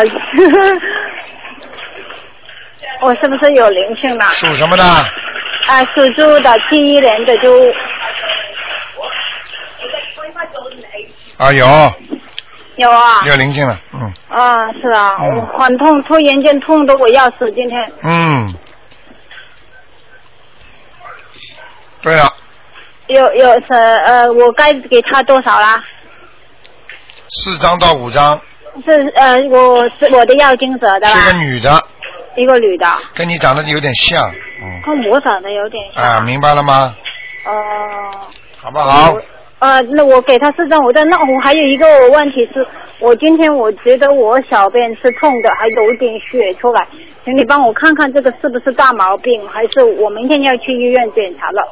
Speaker 7: 我是不是有灵性了？
Speaker 1: 属什么的？
Speaker 7: 啊、属猪的，七一年的猪。
Speaker 1: 啊，有
Speaker 7: 有啊。
Speaker 1: 有灵性了，嗯
Speaker 7: 啊，是啊，
Speaker 1: 嗯
Speaker 7: 我很痛，突然间痛的我要死，今天。
Speaker 1: 嗯。对了，
Speaker 7: 有有是呃，我该给他多少啦？
Speaker 1: 四张到五张，
Speaker 7: 是呃，我是我的要经者的
Speaker 1: 是个
Speaker 7: 啦，
Speaker 1: 女的，
Speaker 7: 一个女的，
Speaker 1: 跟你长得有点像，嗯
Speaker 7: 跟我长得有点像。
Speaker 1: 啊，明白了吗？
Speaker 7: 哦、
Speaker 1: 好不好？
Speaker 7: 呃，那我给他四张，我的那我还有一个我问题是，我今天我觉得我小便是痛的，还有点血出来，请你帮我看看这个是不是大毛病，还是我明天要去医院检查了？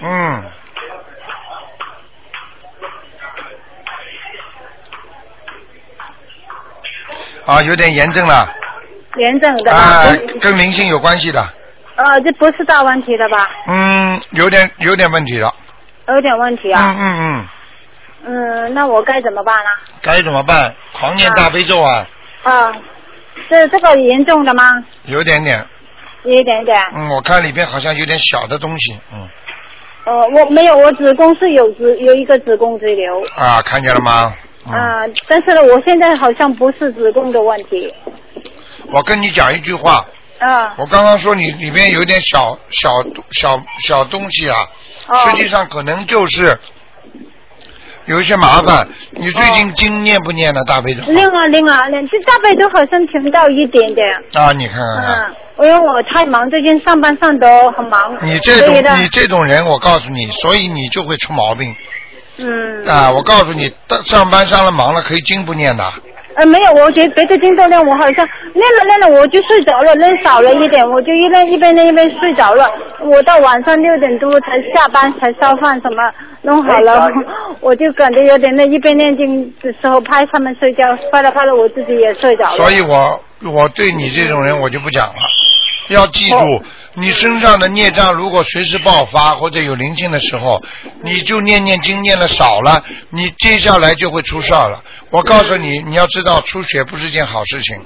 Speaker 1: 嗯。啊，有点炎症了，
Speaker 7: 炎症的吧？
Speaker 1: 啊，跟灵性有关系的，
Speaker 7: 呃，这不是大问题了吧？
Speaker 1: 嗯，有点有点问题了，
Speaker 7: 有点问题
Speaker 1: 嗯
Speaker 7: 啊。
Speaker 1: 嗯嗯，
Speaker 7: 嗯那我该怎么办啊呢、
Speaker 1: 该怎么办？狂念大悲咒啊，
Speaker 7: 啊？这这个严重的吗？
Speaker 1: 有点点，
Speaker 7: 一点点。
Speaker 1: 嗯，我看里边好像有点小的东西，嗯，
Speaker 7: 呃，我没有，我子宫是有子有一个子宫肌瘤。
Speaker 1: 啊，看见了吗？嗯，
Speaker 7: 啊、但是呢，我现在好像不是子宫的问题。
Speaker 1: 我跟你讲一句话，
Speaker 7: 啊、
Speaker 1: 我刚刚说你里边有点小小小小东西啊，
Speaker 7: 哦
Speaker 1: 实际上可能就是有一些麻烦。你最近经念不念呢，大悲咒？
Speaker 7: 另外另外，另这大概都好像停到一点点。
Speaker 1: 啊，你看看看，
Speaker 7: 嗯，因为我太忙，最近上班上都很忙。
Speaker 1: 你这
Speaker 7: 所以呢
Speaker 1: 种你这种人，我告诉你，所以你就会出毛病
Speaker 7: 嗯
Speaker 1: 啊！我告诉你，当上班上了忙了，可以经不念的。
Speaker 7: 呃，没有，我觉得别的经都练，我好像练了练了，我就睡着了，练少了一点，我就一边一边练一边睡着了。我到晚上六点多才下班，才烧饭什么弄好
Speaker 1: 哎
Speaker 7: 了， 我就感觉有点累，一边念经的时候拍他们睡觉，拍了拍了我自己也睡着了。
Speaker 1: 所以我我对你这种人我就不讲了。要记
Speaker 7: 哦
Speaker 1: 住，你身上的孽障如果随时爆发或者有灵性的时候，你就念念经念的少了，你接下来就会出事儿了。我告诉你，你要知道出血不是件好事情，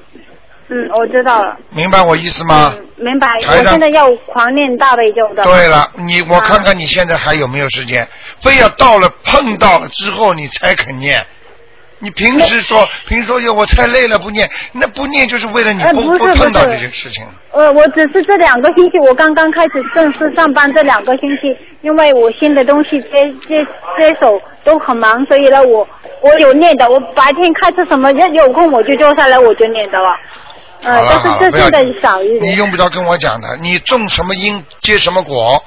Speaker 7: 嗯，我知道了，
Speaker 1: 明白我意思吗？
Speaker 7: 明白。
Speaker 1: 台
Speaker 7: 我
Speaker 1: 上
Speaker 7: 现在要狂念大悲咒的。
Speaker 1: 对了，你
Speaker 7: 嗯
Speaker 1: 我看看你现在还有没有时间，非要到了碰到了之后你才肯念。你平时说平时说哟我太累了不念，那不念就是为了你
Speaker 7: 哎
Speaker 1: 不
Speaker 7: 不是
Speaker 1: 碰到
Speaker 7: 不
Speaker 1: 这
Speaker 7: 是
Speaker 1: 些事情。
Speaker 7: 呃，我只是这两个星期，我刚刚开始正式上班这两个星期，因为我新的东西接接接手都很忙，所以呢，我我有念的，我白天开车什么，要有空我就坐下来我就念的了。
Speaker 1: 好
Speaker 7: 呃，
Speaker 1: 了
Speaker 7: 但
Speaker 1: 好
Speaker 7: 是
Speaker 1: 了，
Speaker 7: 这
Speaker 1: 不要
Speaker 7: 现
Speaker 1: 紧
Speaker 7: 在少一
Speaker 1: 你
Speaker 7: 点。
Speaker 1: 用不着跟我讲的，你种什么因结什么果。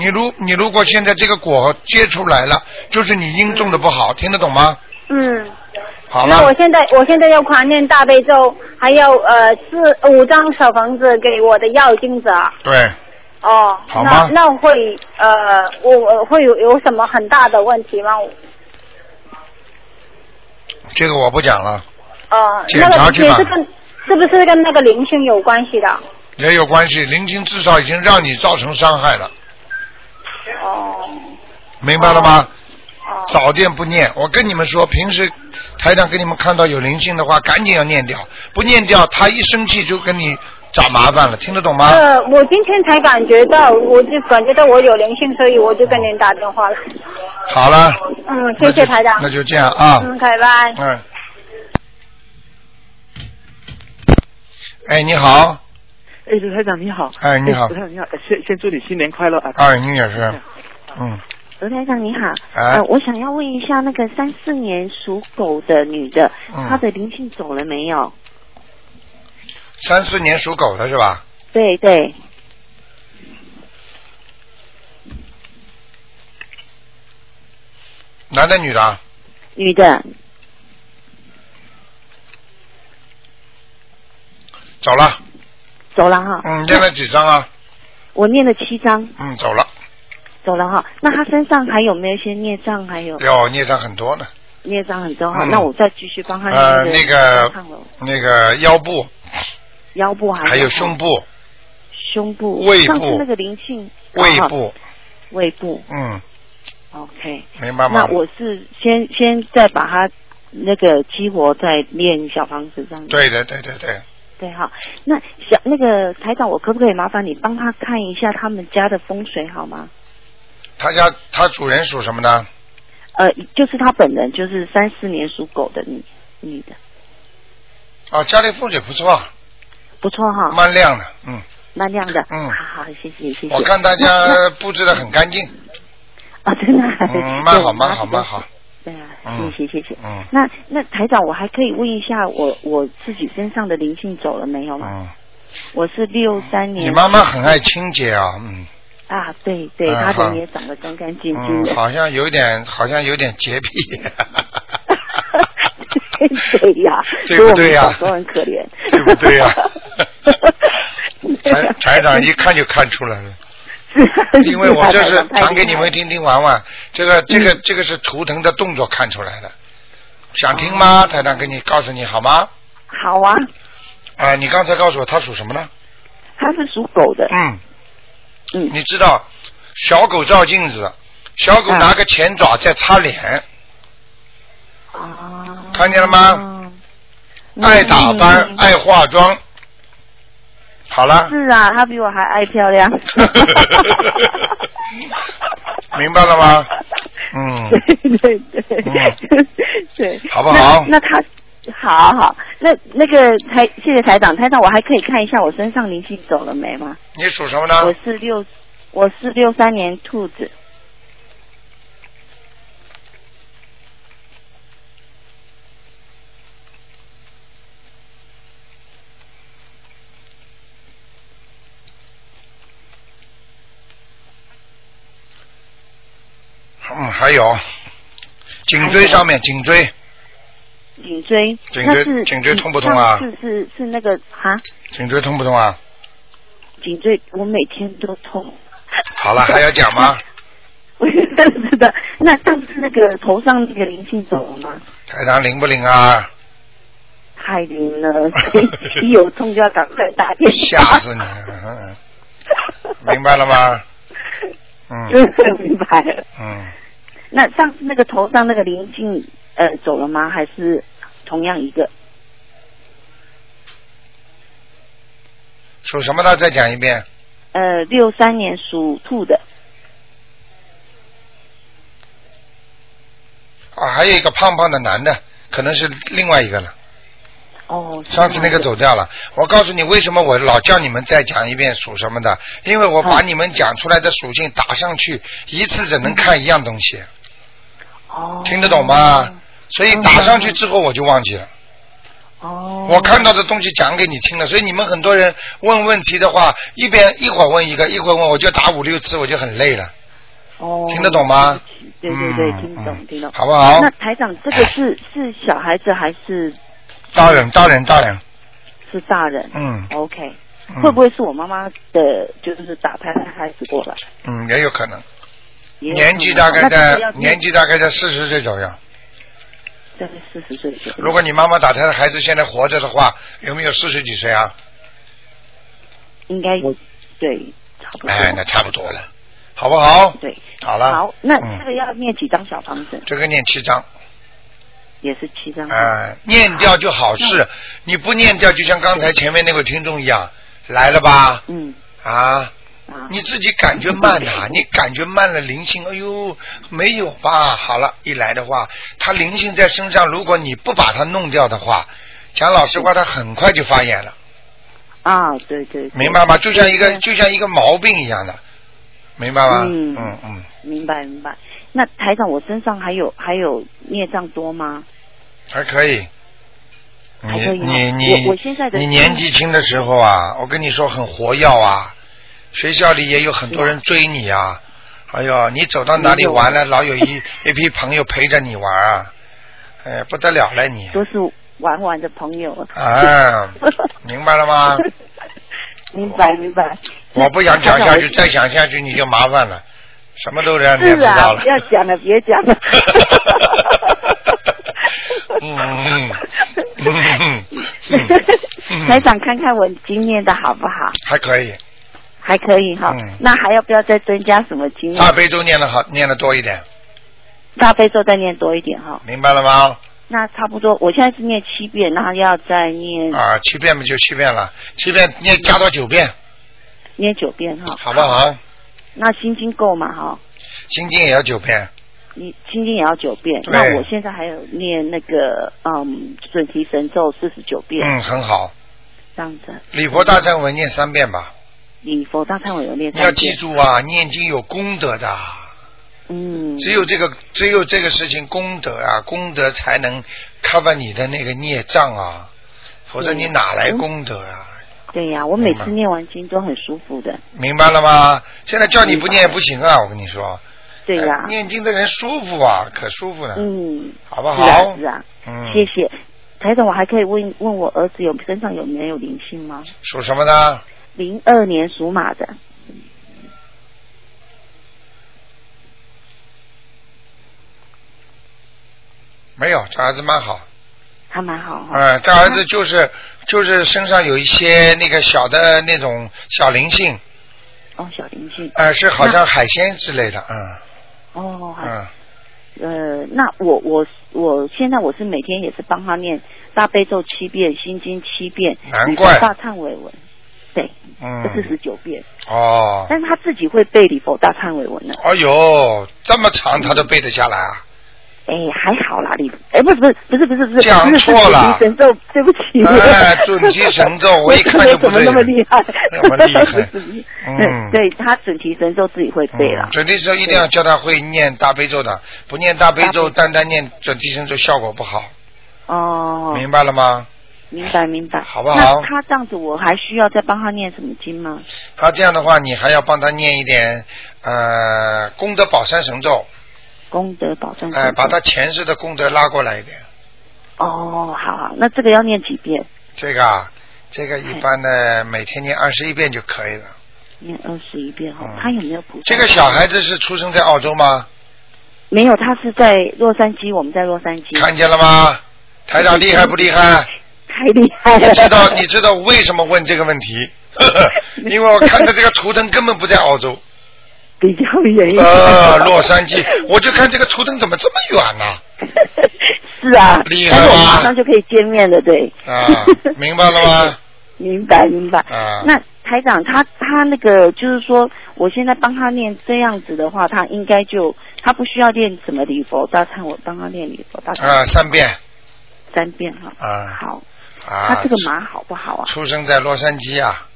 Speaker 1: 你如你如果现在这个果结出来了，就是你因种的不好，听得懂吗？
Speaker 7: 嗯，
Speaker 1: 好
Speaker 7: 那我
Speaker 1: 了，
Speaker 7: 现在我现在要狂念大悲咒，还有呃四五张小房子给我的药精者。
Speaker 1: 对，
Speaker 7: 哦，
Speaker 1: 好
Speaker 7: 那
Speaker 1: 吗
Speaker 7: 那会呃我我会有有什么很大的问题吗？
Speaker 1: 这个我不讲了，
Speaker 7: 呃，
Speaker 1: 检
Speaker 7: 那
Speaker 1: 查
Speaker 7: 个
Speaker 1: 去
Speaker 7: 也
Speaker 1: 吧
Speaker 7: 是跟是不是跟那个灵性有关系的？
Speaker 1: 也有关系。灵性至少已经让你造成伤害了，
Speaker 7: 哦
Speaker 1: 明白了吗？
Speaker 7: 哦
Speaker 1: 早念不念，我跟你们说，平时台长给你们看到有灵性的话，赶紧要念掉，不念掉，他一生气就跟你找麻烦了，听得懂吗？
Speaker 7: 呃，我今天才感觉到，我就感觉到我有灵性，所以我就跟您打电话了。
Speaker 1: 好了，
Speaker 7: 嗯，
Speaker 1: 那
Speaker 7: 谢
Speaker 1: 就
Speaker 7: 谢台长
Speaker 1: 那。就这样啊，
Speaker 7: 嗯，拜拜。
Speaker 1: 嗯。哎，你好，
Speaker 8: 哎，卢台长你好。
Speaker 1: 哎你好
Speaker 8: 卢台长你好，呃先先祝你新年快乐啊！
Speaker 1: 哎，你也是，嗯，
Speaker 9: 卢台长你好，
Speaker 1: 哎
Speaker 9: 呃，，我想要问一下那个三四年属狗的女的，
Speaker 1: 嗯
Speaker 9: 她的灵性走了没有？
Speaker 1: 三四年属狗的是吧？
Speaker 9: 对对，
Speaker 1: 男的女的啊？
Speaker 9: 女的，
Speaker 1: 走了，
Speaker 9: 走了哈。
Speaker 1: 嗯，念了几张啊？
Speaker 9: 我念了七章，
Speaker 1: 嗯，走了，
Speaker 9: 走了哈。那她身上还有没有一些孽障？还有
Speaker 1: 哟，孽障很多呢。
Speaker 9: 孽障很重哈。
Speaker 1: 嗯
Speaker 9: 那我再继续帮她
Speaker 1: 呃，
Speaker 9: 念
Speaker 1: 那
Speaker 9: 这
Speaker 1: 个
Speaker 9: 看了
Speaker 1: 那个腰部
Speaker 9: 腰部还
Speaker 1: 还有胸
Speaker 9: 部、
Speaker 1: 部、
Speaker 9: 胸部、
Speaker 1: 胃
Speaker 9: 上次
Speaker 1: 部
Speaker 9: 那个灵性
Speaker 1: 胃、
Speaker 9: 哦
Speaker 1: 部，
Speaker 9: 胃部。
Speaker 1: 嗯，
Speaker 9: OK，
Speaker 1: 明白吗
Speaker 9: 那？我是先先再把它那个激活，再练小房子这样子。
Speaker 1: 对的，对对对，
Speaker 9: 对哈，那小那个台长，我可不可以麻烦你帮他看一下他们家的风水好吗？
Speaker 1: 他家他主人属什么呢？
Speaker 9: 呃，就是他本人，就是三四年属狗的女女的，
Speaker 1: 啊，家里风水不错，
Speaker 9: 不错哈，
Speaker 1: 蛮亮的，嗯，
Speaker 9: 蛮亮的。
Speaker 1: 嗯
Speaker 9: 好好，啊谢谢谢谢。
Speaker 1: 我看大
Speaker 9: 那那
Speaker 1: 家布置的很干 净，
Speaker 9: 啊，真的啊，
Speaker 1: 嗯，蛮好，
Speaker 9: 对
Speaker 1: 蛮好，蛮。好，
Speaker 9: 对啊，
Speaker 1: 嗯
Speaker 9: 谢谢谢谢。
Speaker 1: 嗯
Speaker 9: 那那台长，我还可以问一下我我自己身上的灵性走了没有吗？
Speaker 1: 嗯，
Speaker 9: 我是六三年。
Speaker 1: 你妈妈很爱清洁啊，嗯
Speaker 9: 啊，对对，
Speaker 1: 嗯
Speaker 9: 她
Speaker 1: 好
Speaker 9: 人也长得干干净净的。
Speaker 1: 嗯，好像有点，好像有点洁 癖，
Speaker 9: 对呀，
Speaker 1: 对不对呀
Speaker 9: 所以我们小时候很可怜，
Speaker 1: 对不对呀
Speaker 9: 对呀
Speaker 1: 台台长一看就看出来了。
Speaker 9: 是
Speaker 1: 因为我这
Speaker 9: 是
Speaker 1: 是
Speaker 9: 啊台长
Speaker 1: 弹给你们听听玩玩，这
Speaker 9: 嗯
Speaker 1: 个这个这个是图腾的动作看出来的，想听吗？台长给你告诉你好吗？
Speaker 9: 哦好啊，
Speaker 1: 啊，你刚才告诉我他属什么呢？
Speaker 9: 它是属狗的，
Speaker 1: 嗯，
Speaker 9: 嗯，
Speaker 1: 你知道小狗照镜子，小
Speaker 9: 嗯
Speaker 1: 狗拿个前爪在擦脸，
Speaker 9: 啊，
Speaker 1: 看见了吗？
Speaker 9: 嗯
Speaker 1: 爱打扮，爱化妆。好了，。
Speaker 9: 是啊，她比我还爱漂亮
Speaker 1: 明白了吗？嗯，
Speaker 9: 对对对
Speaker 1: 嗯
Speaker 9: 对，
Speaker 1: 好不好
Speaker 9: 那那他好好，那那个台，谢谢台长，台长，我还可以看一下我身上灵性走了没吗？
Speaker 1: 你属什么呢
Speaker 9: 我？是六，我是六三年兔子，
Speaker 1: 嗯，还有颈椎上面，颈椎。
Speaker 9: 颈椎，
Speaker 1: 颈
Speaker 9: 那
Speaker 1: 椎
Speaker 9: 是
Speaker 1: 颈椎
Speaker 9: 你
Speaker 1: 痛不痛啊
Speaker 9: 上次是是那个哈，
Speaker 1: 颈椎痛不痛啊？
Speaker 9: 颈椎我每天都痛，
Speaker 1: 好了，还要讲吗？
Speaker 9: 我是的。那上次那个头上那个灵性走了吗？
Speaker 1: 台长灵不灵 啊？
Speaker 9: 太灵 了，所以一有痛就要赶快打电话。
Speaker 1: 吓死 你！了！嗯明白了吗？嗯
Speaker 9: 嗯，明白了。
Speaker 1: 嗯，
Speaker 9: 那上次那个头上那个灵性呃走了吗？还是同样一个
Speaker 1: 属什么的？再讲一遍。
Speaker 9: 呃六三年属兔的
Speaker 1: 啊，还有一个胖胖的男的，可能是另外一个了。
Speaker 9: 哦，是
Speaker 1: 上次那个
Speaker 9: 吗
Speaker 1: 走掉了。我告诉你，为什么我老叫你们再讲一遍属什么的？因为我把
Speaker 9: 好
Speaker 1: 你们讲出来的属性打上去，一次只能看一样东西，
Speaker 9: 哦，嗯
Speaker 1: 听得懂吗？所以打上去之后我就忘记了。
Speaker 9: 嗯
Speaker 8: 哦，
Speaker 1: 我看到的东西讲给你听了，所以你们很多人问问题的话，一边一会儿问一个，一会儿问，我就打五六次，我就很累了，
Speaker 9: 哦，
Speaker 1: 听得懂？吗？
Speaker 9: 对对对，
Speaker 1: 嗯
Speaker 9: 听懂听懂，
Speaker 1: 好不好哎
Speaker 9: 那台长，这个是是小孩子还是
Speaker 1: 大人，大人，大人，
Speaker 9: 是大人？
Speaker 1: 嗯
Speaker 9: ，OK，
Speaker 1: 嗯
Speaker 9: 会不会是我妈妈的，就是打胎开始过了？
Speaker 1: 嗯，也有可能，
Speaker 9: 也有
Speaker 1: 年纪
Speaker 9: 可能
Speaker 1: 大概
Speaker 9: 那这个
Speaker 1: 在
Speaker 9: 要
Speaker 1: 年纪大概在四十岁左右。
Speaker 9: 在四十岁左右。
Speaker 1: 如果你妈妈打胎的孩子现在活着的话，有没有四十几岁啊？
Speaker 9: 应该对，差不多。
Speaker 1: 哎，那差不多了，好不好？
Speaker 9: 对，
Speaker 1: 好了。
Speaker 9: 好，那
Speaker 1: 嗯
Speaker 9: 这个要念几张小房子？
Speaker 1: 这个念七章，
Speaker 9: 也是七嗯张。
Speaker 1: 哎，念掉就好事，你不念掉，就像刚才前面那位听众一样，来了吧？
Speaker 9: 嗯。
Speaker 1: 啊。你自己感觉慢呐、 你感觉慢了灵性，哎呦，没有吧？好了，一来的话，它灵性在身上，如果你不把它弄掉的话，讲老实话，它很快就发炎了，
Speaker 9: 啊，对对。嗯对
Speaker 1: 明白吗？就像一个就像一个毛病一样的，明白吗？
Speaker 9: 嗯
Speaker 1: 嗯嗯，
Speaker 9: 明白明白。那台长，我身上还有还有孽障多吗？
Speaker 1: 还可以。你
Speaker 9: 还可以吗啊
Speaker 1: 你你
Speaker 9: 我我现在的嗯
Speaker 1: 你年纪轻的时候啊，我跟你说很活跃啊，学校里也有很多人追你啊。哎呦，你走到哪里玩了，
Speaker 9: 啊
Speaker 1: 老有 一一批朋友陪着你玩啊，哎，不得了了你
Speaker 9: 都是玩玩的朋友。
Speaker 1: 啊，明白了 吗？
Speaker 9: 明白明白。
Speaker 1: 我不想讲下去，再
Speaker 9: 台长
Speaker 1: 讲下去你就麻烦了，什么都让
Speaker 9: 我
Speaker 1: 人家
Speaker 9: 是
Speaker 1: 知道
Speaker 9: 啊，
Speaker 1: 了
Speaker 9: 不。要讲了，别讲了。
Speaker 1: 嗯嗯嗯嗯嗯，
Speaker 9: 台长，看看我经念的好不好？
Speaker 1: 还可以，
Speaker 9: 还可以哈。
Speaker 1: 嗯啊
Speaker 9: 那还要不要再增加什么经念？
Speaker 1: 大悲咒念的好，念的多一点，
Speaker 9: 大悲咒再念多一点哈。
Speaker 1: 明白了吗？
Speaker 9: 那差不多，我现在是念七遍，然后要再念、
Speaker 1: 啊，七遍嘛就七遍了，七遍你也加到九遍，
Speaker 9: 念九遍哈。
Speaker 1: 好不好？
Speaker 9: 那心经够吗？哈，
Speaker 1: 心经也要九遍，
Speaker 9: 你心经也要九遍。
Speaker 1: 对
Speaker 9: 那我现在还有念那个嗯准提神咒四十九遍，
Speaker 1: 嗯，很好。
Speaker 9: 这样子。
Speaker 1: 礼佛大忏悔念三遍吧，
Speaker 9: 礼佛大忏悔有念
Speaker 1: 你要
Speaker 9: 三
Speaker 1: 记
Speaker 9: 遍。
Speaker 1: 住啊，念经有功德的，啊
Speaker 9: 嗯，
Speaker 1: 只有这个只有这个事情功德啊，功德才能 cover 你的那个孽障啊，否则
Speaker 9: 嗯
Speaker 1: 你哪来功德啊？
Speaker 9: 对呀、我每
Speaker 1: 明白
Speaker 9: 次念完经都很舒服的。
Speaker 1: 明白了吗？现在叫你不念也不行啊，我跟你说，
Speaker 9: 对呀、
Speaker 1: 哎念经的人舒服啊，可舒服了，
Speaker 9: 嗯，
Speaker 1: 好不
Speaker 9: 是啊
Speaker 1: 好
Speaker 9: 是？啊，
Speaker 1: 嗯，
Speaker 9: 谢谢。台长，我还可以问问我儿子有身上有没有灵性吗？
Speaker 1: 属什么的？
Speaker 9: 零二年属马的，
Speaker 1: 没有，这儿子蛮好。
Speaker 9: 还蛮好哈。
Speaker 1: 嗯，这儿子就是就是身上有一些那个小的那种小灵性，
Speaker 9: 哦，小灵性。
Speaker 1: 呃，是好像海鲜之类的，嗯
Speaker 9: 哦，好
Speaker 1: 嗯，
Speaker 9: 呃，那我我我现在我是每天也是帮他念大悲咒七遍，心经七遍，
Speaker 1: 难
Speaker 9: 礼佛
Speaker 1: 怪
Speaker 9: 大忏悔文，对，四 十
Speaker 1: 嗯，
Speaker 9: 九遍，
Speaker 1: 哦，
Speaker 9: 但是他自己会背礼佛大忏悔文呢。
Speaker 1: 哎呦，这么长他都背得下来啊？
Speaker 9: 哎，还好啦，礼，哎，不是不是不是不是不是，
Speaker 1: 讲错了
Speaker 9: 不是准提神咒，对不起。
Speaker 1: 哎 准提神咒我一看就不
Speaker 9: 怎么
Speaker 1: 对
Speaker 9: 那么厉害？
Speaker 1: 那么厉害
Speaker 9: 不是
Speaker 1: 嗯
Speaker 9: 对他准提神咒自己会背
Speaker 1: 嗯，。
Speaker 9: 啦
Speaker 1: 准提神咒一定要教他会念大悲咒的，不念大悲咒，单单念准提神咒效果不好，
Speaker 9: 哦，
Speaker 1: 嗯明白了吗？
Speaker 9: 明白明白，
Speaker 1: 好不好
Speaker 9: 那他这样子，我还需要再帮他念什么经吗？
Speaker 1: 他这样的话，你还要帮他念一点呃功德宝山神咒，
Speaker 9: 功德宝藏神咒。
Speaker 1: 哎，把他前世的功德拉过来一点。
Speaker 9: 哦，好好，那这个要念几遍？
Speaker 1: 这个啊，这个一般的每天念二十一遍就可以了。
Speaker 9: 念二十一遍哈、
Speaker 1: 嗯
Speaker 9: 他有没有菩萨？
Speaker 1: 这个小孩子是出生在澳洲吗？
Speaker 9: 没有，他是在洛杉矶，我们在洛杉矶。
Speaker 1: 看见了吗？台长厉害不厉害？
Speaker 9: 太厉害了！
Speaker 1: 你知 道你知道为什么问这个问题？因为我看的这个图腾根本不在澳 洲，
Speaker 9: 比较远一点。
Speaker 1: 呃，洛杉矶，我就看这个图腾怎么这么远呢、啊
Speaker 9: 是啊，
Speaker 1: 厉害
Speaker 9: 但是我们
Speaker 1: 吧
Speaker 9: 马上就可以见面了，对。
Speaker 1: 啊？明白了吗？
Speaker 9: 明白明白。
Speaker 1: 啊，
Speaker 9: 那台长他他那个就是说，我现在帮他念这样子的话，他应该就他不需要念什么礼佛大忏，我帮他念礼佛大忏
Speaker 1: 啊，三遍
Speaker 9: 三遍哈。
Speaker 1: 啊
Speaker 9: 好，
Speaker 1: 啊！
Speaker 9: 他这个马好不好啊？
Speaker 1: 出生在洛杉矶啊？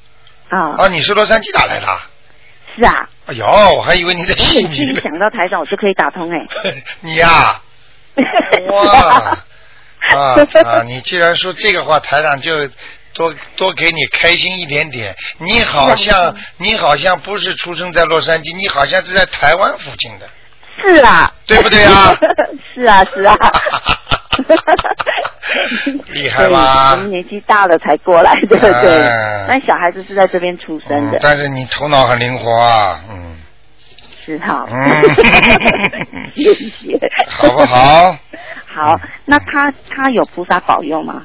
Speaker 9: 啊，
Speaker 1: 啊，你是洛杉矶打来的啊？
Speaker 9: 是啊，
Speaker 1: 哎呦，我还以为你在
Speaker 9: 我
Speaker 1: 悉
Speaker 9: 每 次
Speaker 1: 尼
Speaker 9: 一
Speaker 1: 呢。
Speaker 9: 想到台长，我就可以打通哎、
Speaker 1: 你呀、哇，啊啊！你既然说这个话，台长就多多给你开心一点点。你好 像你好像不是出生在洛杉矶，你好像是在台湾附近的，
Speaker 10: 是啊，
Speaker 1: 对不对 啊？
Speaker 10: 是啊，是啊。
Speaker 1: 厉害吧
Speaker 10: 对我？们年纪大了才过来的，对
Speaker 1: 哎。
Speaker 10: 那小孩子是在这边出生
Speaker 1: 嗯
Speaker 10: 的，，
Speaker 1: 但是你头脑很灵活啊，嗯，
Speaker 10: 是哈。
Speaker 1: 嗯
Speaker 10: 谢谢。
Speaker 1: 好不好？ 嗯
Speaker 10: 好，那他他有菩萨保佑吗？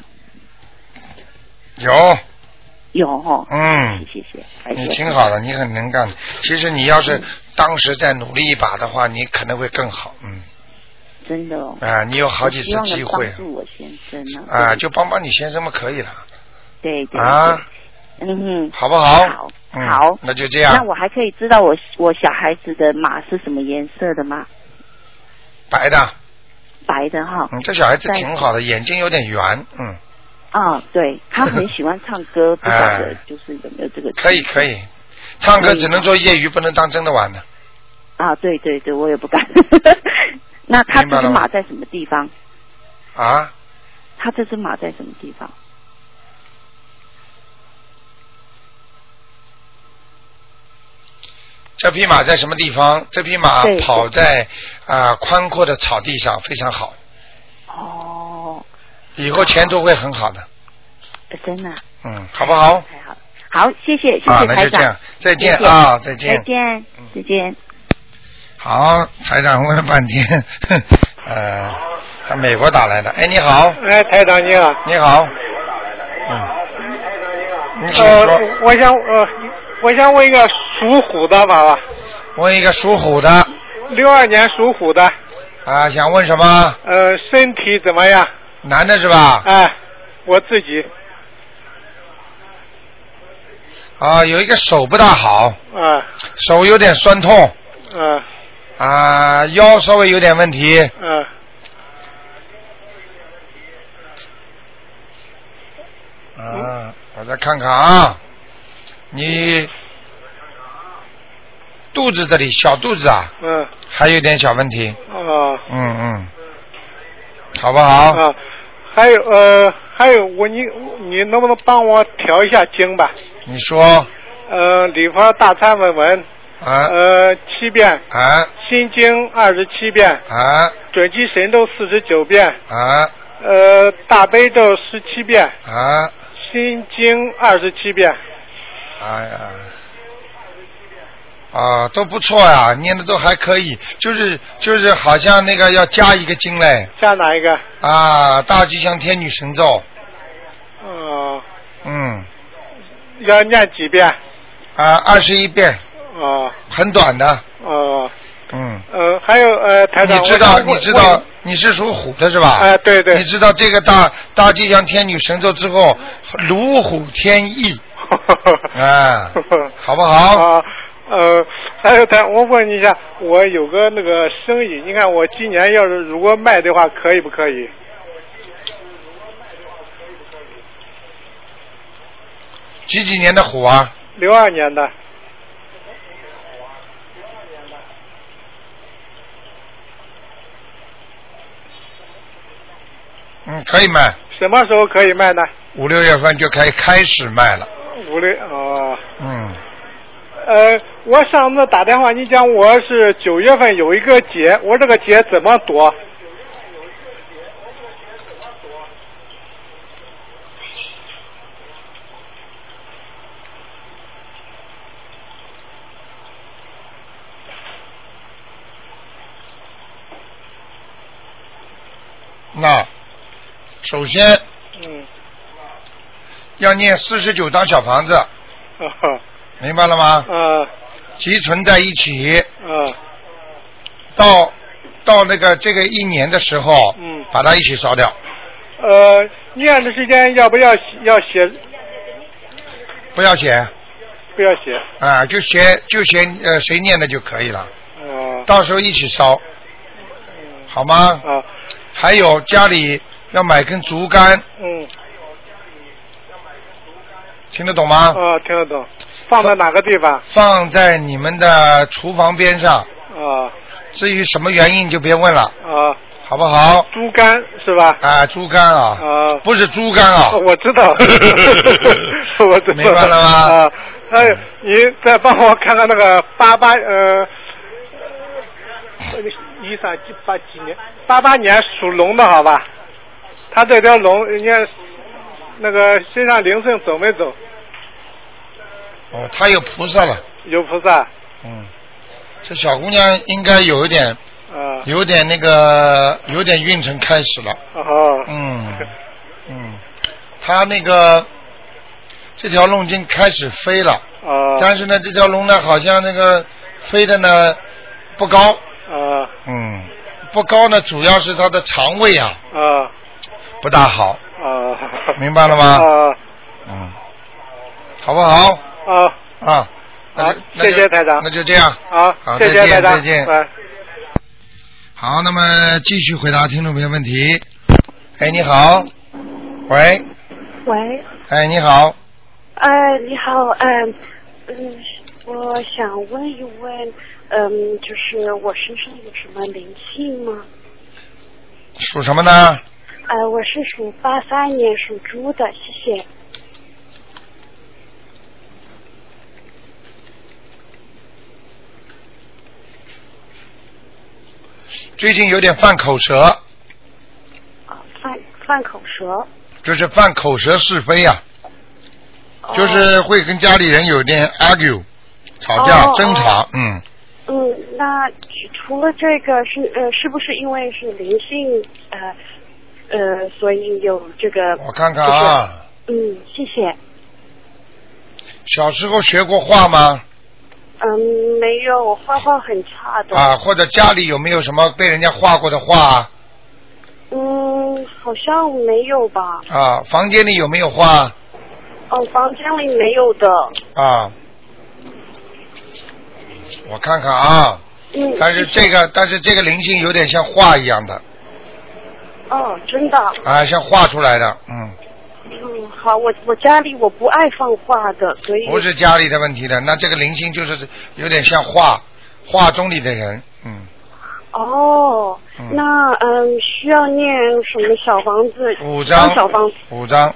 Speaker 1: 有。
Speaker 10: 有哦。
Speaker 1: 嗯，
Speaker 10: 谢谢，嗯
Speaker 1: 你挺好的，你很能干。其实你要是当时再努力一把的话，你可能会更好。嗯，
Speaker 10: 真的哦。
Speaker 1: 啊，你有好几
Speaker 10: 我希
Speaker 1: 次
Speaker 10: 望能
Speaker 1: 机会
Speaker 10: 帮助我先生呢。
Speaker 1: 啊，就帮帮你先生嘛，可以了
Speaker 10: 对对。
Speaker 1: 啊，
Speaker 10: 对嗯哼。
Speaker 1: 好不好？
Speaker 10: 好。
Speaker 1: 嗯
Speaker 10: 好
Speaker 1: 那就这
Speaker 10: 那
Speaker 1: 样，
Speaker 10: 我还可以知道我我小孩子的马是什么颜色的吗？
Speaker 1: 白的，
Speaker 10: 白的哈。
Speaker 1: 嗯，这小孩子挺好的，眼睛有点圆，嗯，
Speaker 10: 啊、对他很喜欢唱 歌，不晓得
Speaker 1: 哎
Speaker 10: 就是有没有这个
Speaker 1: 可以可以，唱歌只能做业余，不能当真的玩的。
Speaker 10: 啊？对对对，我也不敢。 那他
Speaker 1: 明白
Speaker 10: 这只
Speaker 1: 了吗
Speaker 10: 马在什么地方？
Speaker 1: 啊，
Speaker 10: 他这只马在什么地方？
Speaker 1: 这匹马在什么地方？这匹马
Speaker 10: 对
Speaker 1: 跑在啊、宽阔的草地上，非常好，
Speaker 10: 哦，
Speaker 1: 以后前途会很好的，
Speaker 10: 呃真的啊、
Speaker 1: 嗯，好不好？
Speaker 10: 好，谢谢谢
Speaker 1: 啊
Speaker 10: 谢
Speaker 1: 那
Speaker 10: 台
Speaker 1: 就这样
Speaker 10: 长，
Speaker 1: 再见
Speaker 10: 谢谢
Speaker 1: 啊再见
Speaker 10: 再
Speaker 1: 嗯
Speaker 10: 见再见。
Speaker 1: 好，台长问了半天， 呃，他美国打来的。哎，你好，
Speaker 11: 哎，台长你好。
Speaker 1: 你好，嗯，你请
Speaker 11: 呃
Speaker 1: 说。，
Speaker 11: 我想呃，我想问一个属虎的娃娃，
Speaker 1: 问一个属虎的
Speaker 11: 六二年属虎的，
Speaker 1: 啊，想问什么？
Speaker 11: 呃，身体怎么样？
Speaker 1: 男的是吧？
Speaker 11: 哎，我自己
Speaker 1: 啊，有一个手不大好，
Speaker 11: 啊，
Speaker 1: 手有点酸痛
Speaker 11: 嗯
Speaker 1: 啊，腰稍微有点问题，
Speaker 11: 嗯
Speaker 1: 啊，我再看看啊，你肚子这里小肚子啊，
Speaker 11: 嗯，
Speaker 1: 还有点小问题，
Speaker 11: 哦，
Speaker 1: 嗯嗯，好不好？
Speaker 11: 啊，还有呃，还有我你你能不能帮我调一下经吧？
Speaker 1: 你说
Speaker 11: 呃，礼佛大忏悔文
Speaker 1: 啊
Speaker 11: 呃七遍，
Speaker 1: 啊
Speaker 11: 心经二十七遍，
Speaker 1: 啊
Speaker 11: 准提神咒四十九遍，
Speaker 1: 啊
Speaker 11: 呃，大悲咒十七遍，
Speaker 1: 啊！
Speaker 11: 心经二十七遍。
Speaker 1: 哎呀，啊，都不错呀，念的都还可以，就是就是好像那个要加一个经嘞
Speaker 11: 加哪一个？
Speaker 1: 啊，大吉祥天女神咒，
Speaker 11: 哦、
Speaker 1: 嗯
Speaker 11: 要念几遍？
Speaker 1: 啊，二十一遍，
Speaker 11: 哦、
Speaker 1: 很短的，
Speaker 11: 哦、
Speaker 1: 嗯。
Speaker 11: 呃，还有呃，台长，
Speaker 1: 你知道
Speaker 11: 我想
Speaker 1: 你
Speaker 11: 问
Speaker 1: 知道你是属虎的是吧？
Speaker 11: 哎对对
Speaker 1: 你知道这个大大吉祥天女神咒之后，如虎添 翼，啊，好不好？
Speaker 11: 啊，呃，还有台，我问你一下，我有个那个生意，你看我今年要是如果卖的话，可以不可以？
Speaker 1: 几几年的虎啊？
Speaker 11: 六二年的，
Speaker 1: 嗯，可以卖，
Speaker 11: 什么时候可以卖呢？
Speaker 1: 五六月份就可以开始卖了。
Speaker 11: 五六哦。
Speaker 1: 嗯，
Speaker 11: 呃，我上次打电话，你讲我是九月份有一个节，我这个节怎么躲？
Speaker 1: 那首先
Speaker 11: 嗯，
Speaker 1: 要念四十九张小 房子，
Speaker 11: 啊
Speaker 1: 明白了吗？
Speaker 11: 啊
Speaker 1: 集存在一起，
Speaker 11: 啊
Speaker 1: 到到那个这个一年的时候，
Speaker 11: 嗯，
Speaker 1: 把它一起烧掉，
Speaker 11: 呃，念的时间要不要写要写？
Speaker 1: 不要写
Speaker 11: 不要写。
Speaker 1: 啊，就写就写呃谁念的就可以了，
Speaker 11: 哦、
Speaker 1: 到时候一起烧，好吗？
Speaker 11: 啊，
Speaker 1: 还有家里要买根竹竿，
Speaker 11: 嗯，
Speaker 1: 听得懂吗？
Speaker 11: 啊，听得懂。放在哪个地方？
Speaker 1: 放在你们的厨房边上，
Speaker 11: 啊
Speaker 1: 至于什么原因就别问了，
Speaker 11: 啊
Speaker 1: 好不好？
Speaker 11: 猪肝是吧？
Speaker 1: 啊，猪肝啊，
Speaker 11: 啊，
Speaker 1: 不是猪肝啊
Speaker 11: 呃我知 道， 我知道，
Speaker 1: 明白了吗
Speaker 11: 啊，哎，你再帮我看看那个八八呃，一三几八几年？八八年属龙的好吧？他这条龙，你看那个身上灵性走没走？
Speaker 1: 哦，他有菩萨了，
Speaker 11: 有菩萨啊、
Speaker 1: 嗯，这小姑娘应该有一点，
Speaker 11: 啊
Speaker 1: 有点那个，有点运程开始了。
Speaker 11: 哦，
Speaker 1: 嗯，嗯，他那个这条龙已经开始飞了，
Speaker 11: 啊
Speaker 1: 但是呢，这条龙呢，好像那个飞的呢不高，
Speaker 11: 啊
Speaker 1: 嗯，不高呢，主要是它的肠胃啊
Speaker 11: 啊
Speaker 1: 不大好，
Speaker 11: 啊！
Speaker 1: 明白了吗
Speaker 11: 啊
Speaker 1: 嗯，好不好？
Speaker 11: 啊！
Speaker 1: 啊，
Speaker 11: 好
Speaker 1: 那就，
Speaker 11: 谢谢台长。
Speaker 1: 那就这样。
Speaker 11: 好
Speaker 1: 好，
Speaker 11: 谢
Speaker 1: 再
Speaker 11: 谢
Speaker 1: 见
Speaker 11: 台长。
Speaker 1: 再见
Speaker 11: 拜
Speaker 1: 好，那么继续回答听众朋友问题。哎，你好，喂，
Speaker 12: 喂，
Speaker 1: 哎，你好，
Speaker 12: 呃，你好，嗯、嗯，我想问一问，嗯，就是我身上有什么灵性吗？
Speaker 1: 属什么呢？
Speaker 12: 呃，我是属八三年属猪的，谢谢。
Speaker 1: 最近有点犯口舌，
Speaker 12: 犯犯口舌，
Speaker 1: 就是犯口舌是非呀、
Speaker 12: 哦
Speaker 1: 就是会跟家里人有点 argue，吵架、
Speaker 12: 哦
Speaker 1: 争吵，嗯，
Speaker 12: 嗯，那除除了这个是呃，是不是因为是灵性呃呃，所以有这个？
Speaker 1: 我看看啊，
Speaker 12: 嗯，谢谢。
Speaker 1: 小时候学过画吗？
Speaker 12: 嗯，没有，我画画很差的。
Speaker 1: 啊，或者家里有没有什么被人家画过的画啊？
Speaker 12: 嗯，好像没有吧？
Speaker 1: 啊房间里有没有画
Speaker 12: 哦，房间里没有的。
Speaker 1: 啊？我看看啊，
Speaker 12: 嗯。
Speaker 1: 但是这个，但是这个灵性有点像画一样的
Speaker 12: 哦，真的。
Speaker 1: 啊，像画出来的，嗯，
Speaker 12: 嗯，好，我我家里我不爱放画的，所以。
Speaker 1: 不是家里的问题的。那这个灵性就是有点像画画中里的人，嗯，
Speaker 12: 哦，
Speaker 1: 嗯
Speaker 12: 那嗯，需要念什么小房子？
Speaker 1: 五张
Speaker 12: 小房子
Speaker 1: 五张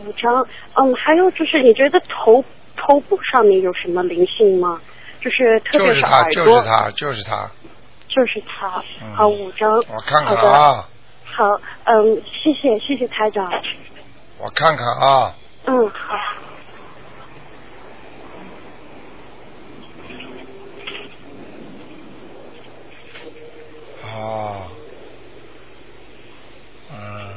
Speaker 12: 五张。嗯，还有就是，你觉得头头部上面有什么灵性吗？就是特
Speaker 1: 就
Speaker 12: 别
Speaker 1: 是
Speaker 12: 是
Speaker 1: 他，
Speaker 12: 耳
Speaker 1: 就
Speaker 12: 朵，
Speaker 1: 是他，就是他。
Speaker 12: 就是它。好，五张。
Speaker 1: 我看看
Speaker 12: 好的，
Speaker 1: 啊，
Speaker 12: 好，嗯，谢谢，谢谢台长。
Speaker 1: 我看看啊，
Speaker 12: 嗯，好。
Speaker 1: 啊，嗯，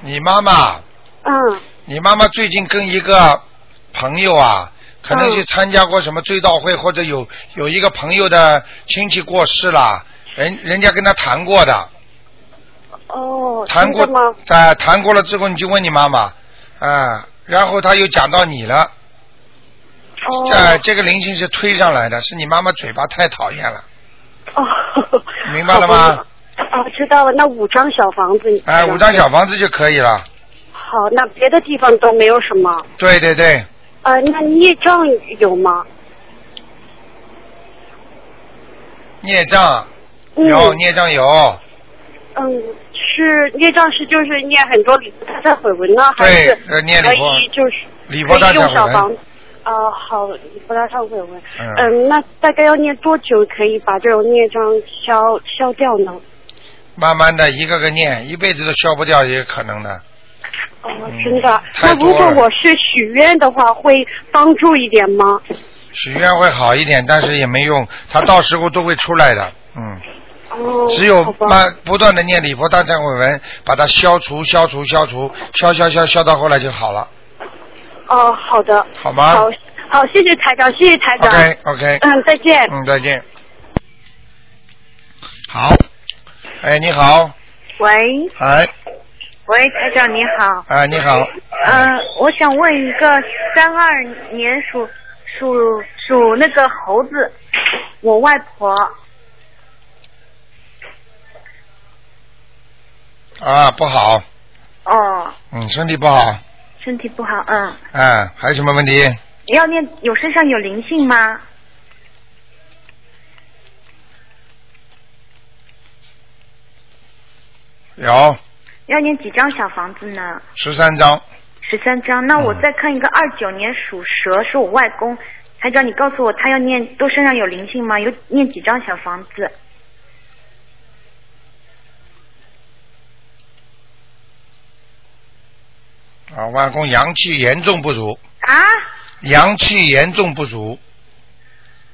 Speaker 1: 你妈妈，
Speaker 12: 嗯，
Speaker 1: 你妈妈最近跟一个朋友啊，可能
Speaker 12: 嗯
Speaker 1: 去参加过什么追悼会，或者有有一个朋友的亲戚过世了，人人家跟他谈过的，
Speaker 12: 哦，
Speaker 1: 谈过
Speaker 12: 真的吗？
Speaker 1: 啊、谈过了之后你就问你妈妈，啊，然后他又讲到你了，
Speaker 12: 哦
Speaker 1: 这、这个灵性是推上来的，是你妈妈嘴巴太讨厌了，
Speaker 12: 哦，
Speaker 1: 明白了吗？
Speaker 12: 啊，知道了。那五张小房子，你
Speaker 1: 哎，五张小房子就可以了。
Speaker 12: 好，那别的地方都没有什么。
Speaker 1: 对对对，
Speaker 12: 呃，那孽障有吗？
Speaker 1: 孽障
Speaker 12: 嗯
Speaker 1: 有，孽障有，
Speaker 12: 嗯，是孽障是就是念很多礼佛大忏悔文呢，啊还
Speaker 1: 对
Speaker 12: 是
Speaker 1: 呃念礼
Speaker 12: 可
Speaker 1: 佛
Speaker 12: 以就是
Speaker 1: 礼佛大
Speaker 12: 可以用
Speaker 1: 忏
Speaker 12: 小
Speaker 1: 悔
Speaker 12: 房
Speaker 1: 文
Speaker 12: 子。啊、好，礼佛大忏悔文。
Speaker 1: 嗯
Speaker 12: 嗯，那大概要念多久可以把这种孽障消消掉呢？
Speaker 1: 嗯慢慢的一个个念，一辈子都消不掉也有可能的。嗯
Speaker 12: 哦，真的。
Speaker 1: 太
Speaker 12: 那
Speaker 1: 多
Speaker 12: 如果
Speaker 1: 了
Speaker 12: 我是许愿的话，会帮助一点吗？
Speaker 1: 许愿会好一点，但是也没用，它到时候都会出来的。嗯，
Speaker 12: 哦，
Speaker 1: 只
Speaker 12: 好
Speaker 1: 有
Speaker 12: 吧
Speaker 1: 慢不断的念礼佛大忏悔文，把它消除、消除、消除、消消消消到后来就好了，
Speaker 12: 哦，好的。
Speaker 1: 好吗
Speaker 12: 好，好，谢谢台长，谢谢台长。
Speaker 1: ？OK OK，
Speaker 12: 嗯，再见。
Speaker 1: 嗯，再见。好，哎，你好，
Speaker 10: 喂
Speaker 1: 哎，
Speaker 10: 喂，台长你好，
Speaker 1: 哎，你好，
Speaker 10: 呃，我想问一个三二年属属属那个猴子，我外婆，
Speaker 1: 啊，不好，
Speaker 10: 哦，
Speaker 1: 嗯，身体不好，啊
Speaker 10: 身体不好，嗯，
Speaker 1: 哎，还有什么问题？
Speaker 10: 要念有身上有灵性吗？
Speaker 1: 有
Speaker 10: 要念几张小房子呢？
Speaker 1: 十三张，
Speaker 10: 十三张。那
Speaker 1: 嗯
Speaker 10: 我再看一个二九年属蛇，是我外公。台长，你告诉我他要念都身上有灵性吗？有念几张小房子？
Speaker 1: 啊，外公阳气严重不足，
Speaker 10: 啊？
Speaker 1: 阳气严重不足，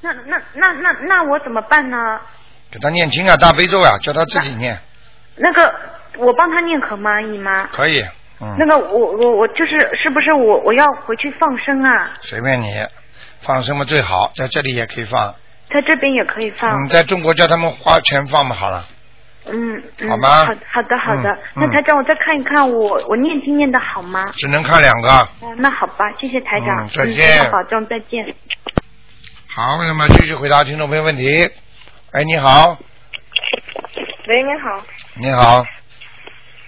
Speaker 10: 那那那那那我怎么办呢？
Speaker 1: 给他念经啊，大悲咒啊，叫他自己念，
Speaker 10: 那个我帮他念可吗，姨妈？
Speaker 1: 可以，嗯，
Speaker 10: 那个我我我就是是不是我我要回去放生啊？
Speaker 1: 随便你，放什么最好，在这里也可以放，
Speaker 10: 在这边也可以放。
Speaker 1: 嗯，在中国叫他们花钱放嘛好了，
Speaker 10: 嗯嗯，
Speaker 1: 好吗
Speaker 10: 好好的好的，
Speaker 1: 嗯嗯
Speaker 10: 那台长我再看一看我我念经念的好吗？
Speaker 1: 只能看两个。
Speaker 10: 哦，那好吧，谢谢台长，
Speaker 1: 嗯再见
Speaker 10: 保重，再见。
Speaker 1: 好，那么继续回答听众朋友问题。哎，你好，
Speaker 13: 喂，你好，
Speaker 1: 你好，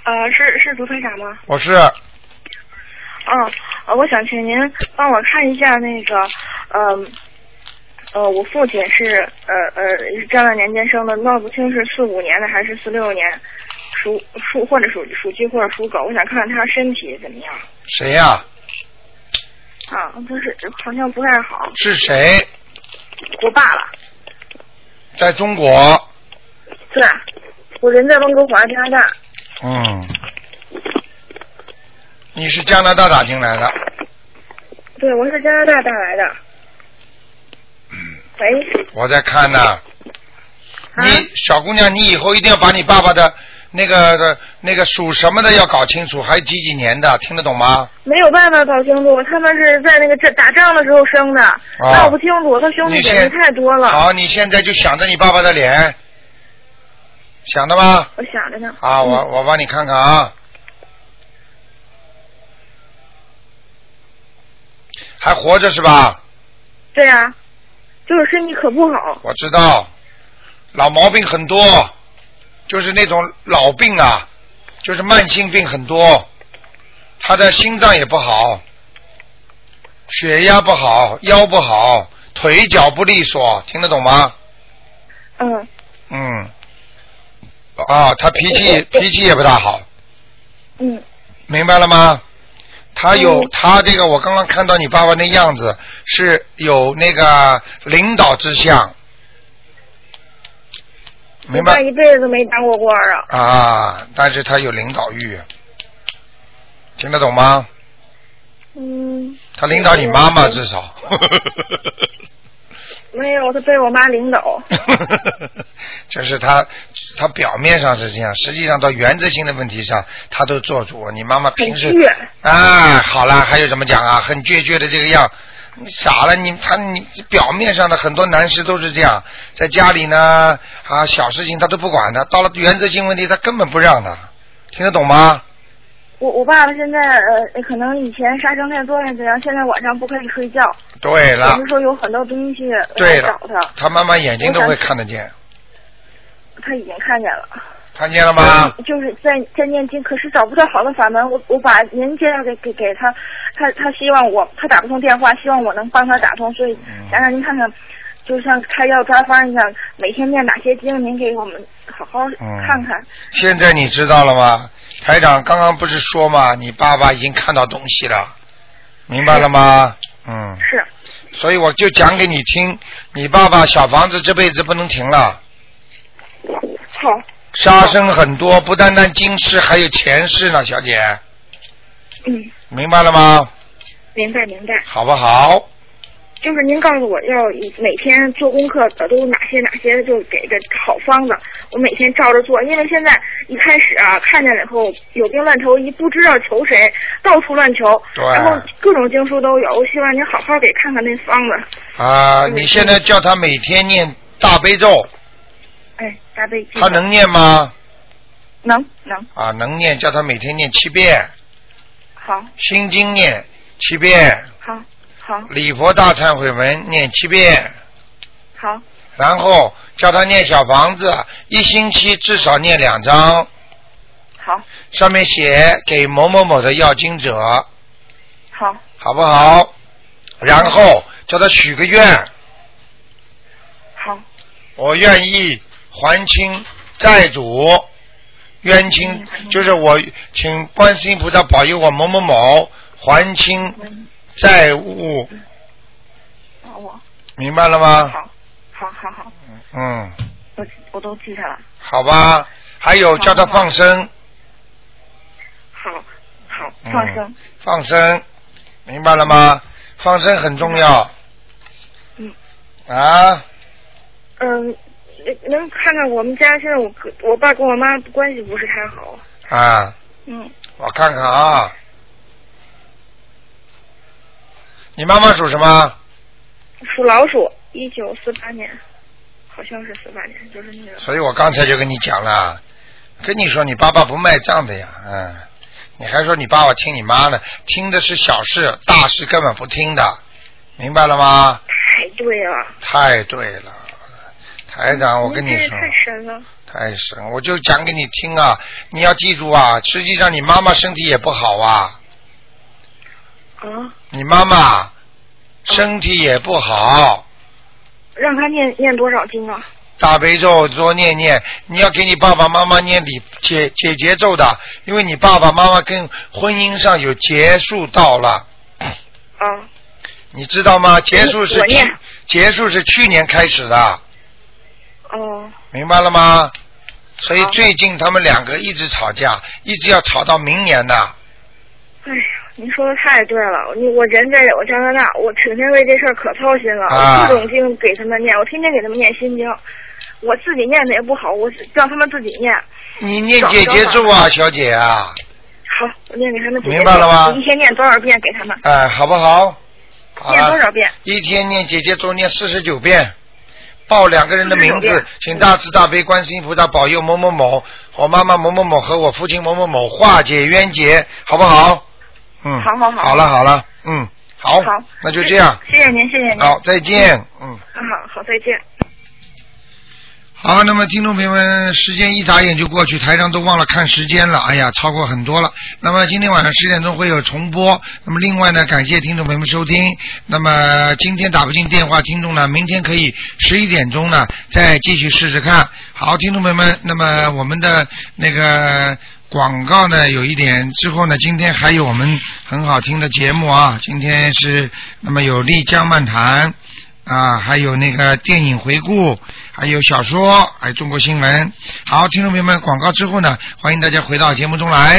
Speaker 13: 呃，是是卢台长吗？
Speaker 1: 我是
Speaker 13: 嗯，呃我想请您帮我看一下那个，呃，呃，我父亲是呃呃战乱年间生的，闹不清是四五年的还是四六年，属属或者属属鸡或者属狗，我想看看他身体怎么样
Speaker 1: 谁呀、
Speaker 13: 啊？不是，好像不太好。
Speaker 1: 是谁？
Speaker 13: 我爸了，
Speaker 1: 在中国，
Speaker 13: 对，我人在温哥华，加拿大。
Speaker 1: 嗯，你是加拿大打进来的，
Speaker 13: 对，我是加拿大带来的。喂，
Speaker 1: 我在看呢、你小姑娘，你以后一定要把你爸爸的那个的那个属什么的要搞清楚，还有几几年的，听得懂吗？
Speaker 13: 没有办法搞清楚，他们是在那个战打仗的时候生的，闹、不清楚，他兄弟姐妹太多了。
Speaker 1: 啊好，你现在就想着你爸爸的脸，想的吗？
Speaker 13: 我想着呢。
Speaker 1: 啊，我我帮你看看啊，还活着是吧？
Speaker 13: 对呀、就是身体可不好。
Speaker 1: 我知道，老毛病很多，就是那种老病啊，就是慢性病很多。他的心脏也不好，血压不好，腰不好，腿脚不利索，听得懂吗？
Speaker 13: 嗯，
Speaker 1: 嗯。啊，他脾气脾气也不大好，
Speaker 13: 嗯，
Speaker 1: 明白了吗？他有
Speaker 13: 嗯
Speaker 1: 他这个，我刚刚看到你爸爸那样子是有那个领导之相，明
Speaker 13: 我爸
Speaker 1: 白
Speaker 13: 一辈子没当过官啊。
Speaker 1: 啊？但是他有领导欲，听得懂吗？
Speaker 13: 嗯，
Speaker 1: 他领导你妈妈至 少，
Speaker 13: 没有，他被我妈 领导。
Speaker 1: 这是他他表面上是这样，实际上到原则性的问题上，他都做主。你妈妈平时
Speaker 13: 很倔
Speaker 1: 啊，好啦，还有什么讲啊？很倔倔的这个样，你傻了，你他你表面上的很多男士都是这样，在家里呢啊小事情他都不管的，到了原则性问题他根本不让的，听得懂吗？
Speaker 13: 我我爸爸现在呃，可能以前杀生太多还是怎样，现在晚上不可以睡觉。
Speaker 1: 对了
Speaker 13: 有，的时候有很多东西来
Speaker 1: 对了
Speaker 13: 找他，
Speaker 1: 他妈妈眼睛都
Speaker 13: 我
Speaker 1: 会
Speaker 13: 想
Speaker 1: 看得见，
Speaker 13: 他已经看见了。
Speaker 1: 看见了吗？
Speaker 13: 就是在在念经，可是找不到好的法门。我我把您介绍给给给他，他他希望我他打不通电话，希望我能帮他打通，所以想让您看看，就像开药抓方一样，每天念哪些经，您给我们好好
Speaker 1: 嗯
Speaker 13: 看看。
Speaker 1: 现在你知道了吗？台长刚刚不是说嘛，你爸爸已经看到东西了，明白了吗？嗯。
Speaker 13: 是。
Speaker 1: 所以我就讲给你听，你爸爸小房子这辈子不能停了，
Speaker 13: 好，
Speaker 1: 杀生很多，不单单今世，还有前世呢，小姐，
Speaker 13: 嗯，
Speaker 1: 明白了吗？
Speaker 13: 明白明白。
Speaker 1: 好不好？
Speaker 13: 就是您告诉我要每天做功课的都有哪些哪些，就给个好方子，我每天照着做。因为现在一开始啊，看见了以后有病乱投医，不知道求谁，到处乱求，
Speaker 1: 对
Speaker 13: 然后各种经书都有。我希望您好好给看看那方子。
Speaker 1: 啊、
Speaker 13: 嗯
Speaker 1: 你现在叫他每天念大悲咒，
Speaker 13: 哎，大悲经。
Speaker 1: 他能念？吗？
Speaker 13: 能能，
Speaker 1: 啊，能念，叫他每天念七遍，
Speaker 13: 好，
Speaker 1: 心经念七遍，
Speaker 13: 好，好，
Speaker 1: 礼佛大忏悔文念七遍，
Speaker 13: 好，
Speaker 1: 然后叫他念小房子，一星期至少念两张。
Speaker 13: 好。
Speaker 1: 上面写给某某某的要经者，
Speaker 13: 好，
Speaker 1: 好不好？然后叫他许个愿，
Speaker 13: 好，
Speaker 1: 我愿意还清债主，冤
Speaker 13: 嗯
Speaker 1: 亲就是我请观世音菩萨保佑我某某某还清债务，
Speaker 13: 好我
Speaker 1: 明白了吗？
Speaker 13: 好，好好好，
Speaker 1: 嗯，
Speaker 13: 我我都记下了。
Speaker 1: 好吧。还有叫他放生，
Speaker 13: 好，好，
Speaker 1: 嗯
Speaker 13: 放生。
Speaker 1: 放生，明白了吗？放生很重要。
Speaker 13: 嗯。
Speaker 1: 啊，
Speaker 13: 嗯，能能看看我们家现在我哥、我爸跟我妈关系不是太好。
Speaker 1: 啊，
Speaker 13: 嗯，
Speaker 1: 我看看啊。你妈妈属什么？
Speaker 13: 属老鼠，一九四八年，好像是四八年，就是那个。
Speaker 1: 所以我刚才就跟你讲了，跟你说你爸爸不卖账的呀，嗯，你还说你爸爸听你妈呢，听的是小事，大事根本不听的，明白了吗？
Speaker 13: 太对了，
Speaker 1: 太对了，台长，我跟你
Speaker 13: 您真嗯是
Speaker 1: 说，
Speaker 13: 太神了。
Speaker 1: 太神，我就讲给你听啊，你要记住啊，实际上你妈妈身体也不好啊，
Speaker 13: 啊，
Speaker 1: 你妈妈身体也不好，
Speaker 13: 让他念念多少经啊？
Speaker 1: 大悲咒多念念，你要给你爸爸妈妈念礼解解结咒的，因为你爸爸妈妈跟婚姻上有结束到了，
Speaker 13: 啊，
Speaker 1: 你知道吗？结束是
Speaker 13: 我念
Speaker 1: 去结束是去年开始的，
Speaker 13: 哦，
Speaker 1: 明白了吗？所以最近他们两个一直吵架，一直要吵到明年呢。
Speaker 13: 哎呀，您说的太对了，你我人在我加拿大，我整天为这事儿可操心了。
Speaker 1: 啊
Speaker 13: 我不懂经给他们念，我天天给他们念心经，我自己念的也不好，我只让他们自己念。
Speaker 1: 你念解结咒啊，小姐啊，
Speaker 13: 好，我念给他们解决。
Speaker 1: 明白了吗
Speaker 13: 我一天念多少遍给他们？
Speaker 1: 哎，好不好？好
Speaker 13: 念
Speaker 1: 了
Speaker 13: 多少遍？
Speaker 1: 一天念姐姐咒念四十九遍，报两个人的名
Speaker 13: 49
Speaker 1: 字
Speaker 13: 遍，
Speaker 1: 请大慈大悲观世音菩萨保佑某某某，我妈妈某某某和我父亲某某某化解冤结，好不好？嗯，
Speaker 13: 好好好
Speaker 1: 好了好了，嗯，好，
Speaker 13: 好
Speaker 1: 那就这样，
Speaker 13: 谢谢您，谢谢您。
Speaker 1: 好，再见，嗯。
Speaker 13: 嗯，好好，再见。
Speaker 1: 好，那么听众朋友们，时间一眨眼就过去，台上都忘了看时间了，哎呀，超过很多了。那么今天晚上十点钟会有重播。那么另外呢，感谢听众朋友们收听。那么今天打不进电话，听众呢，明天可以十一点钟呢再继续试试看。好，听众朋友们，那么我们的那个。广告呢有一点，之后呢，今天还有我们很好听的节目啊。今天是那么有丽江漫谈，啊，还有那个电影回顾，还有小说，还有中国新闻。好，听众朋友们，广告之后呢，欢迎大家回到节目中来。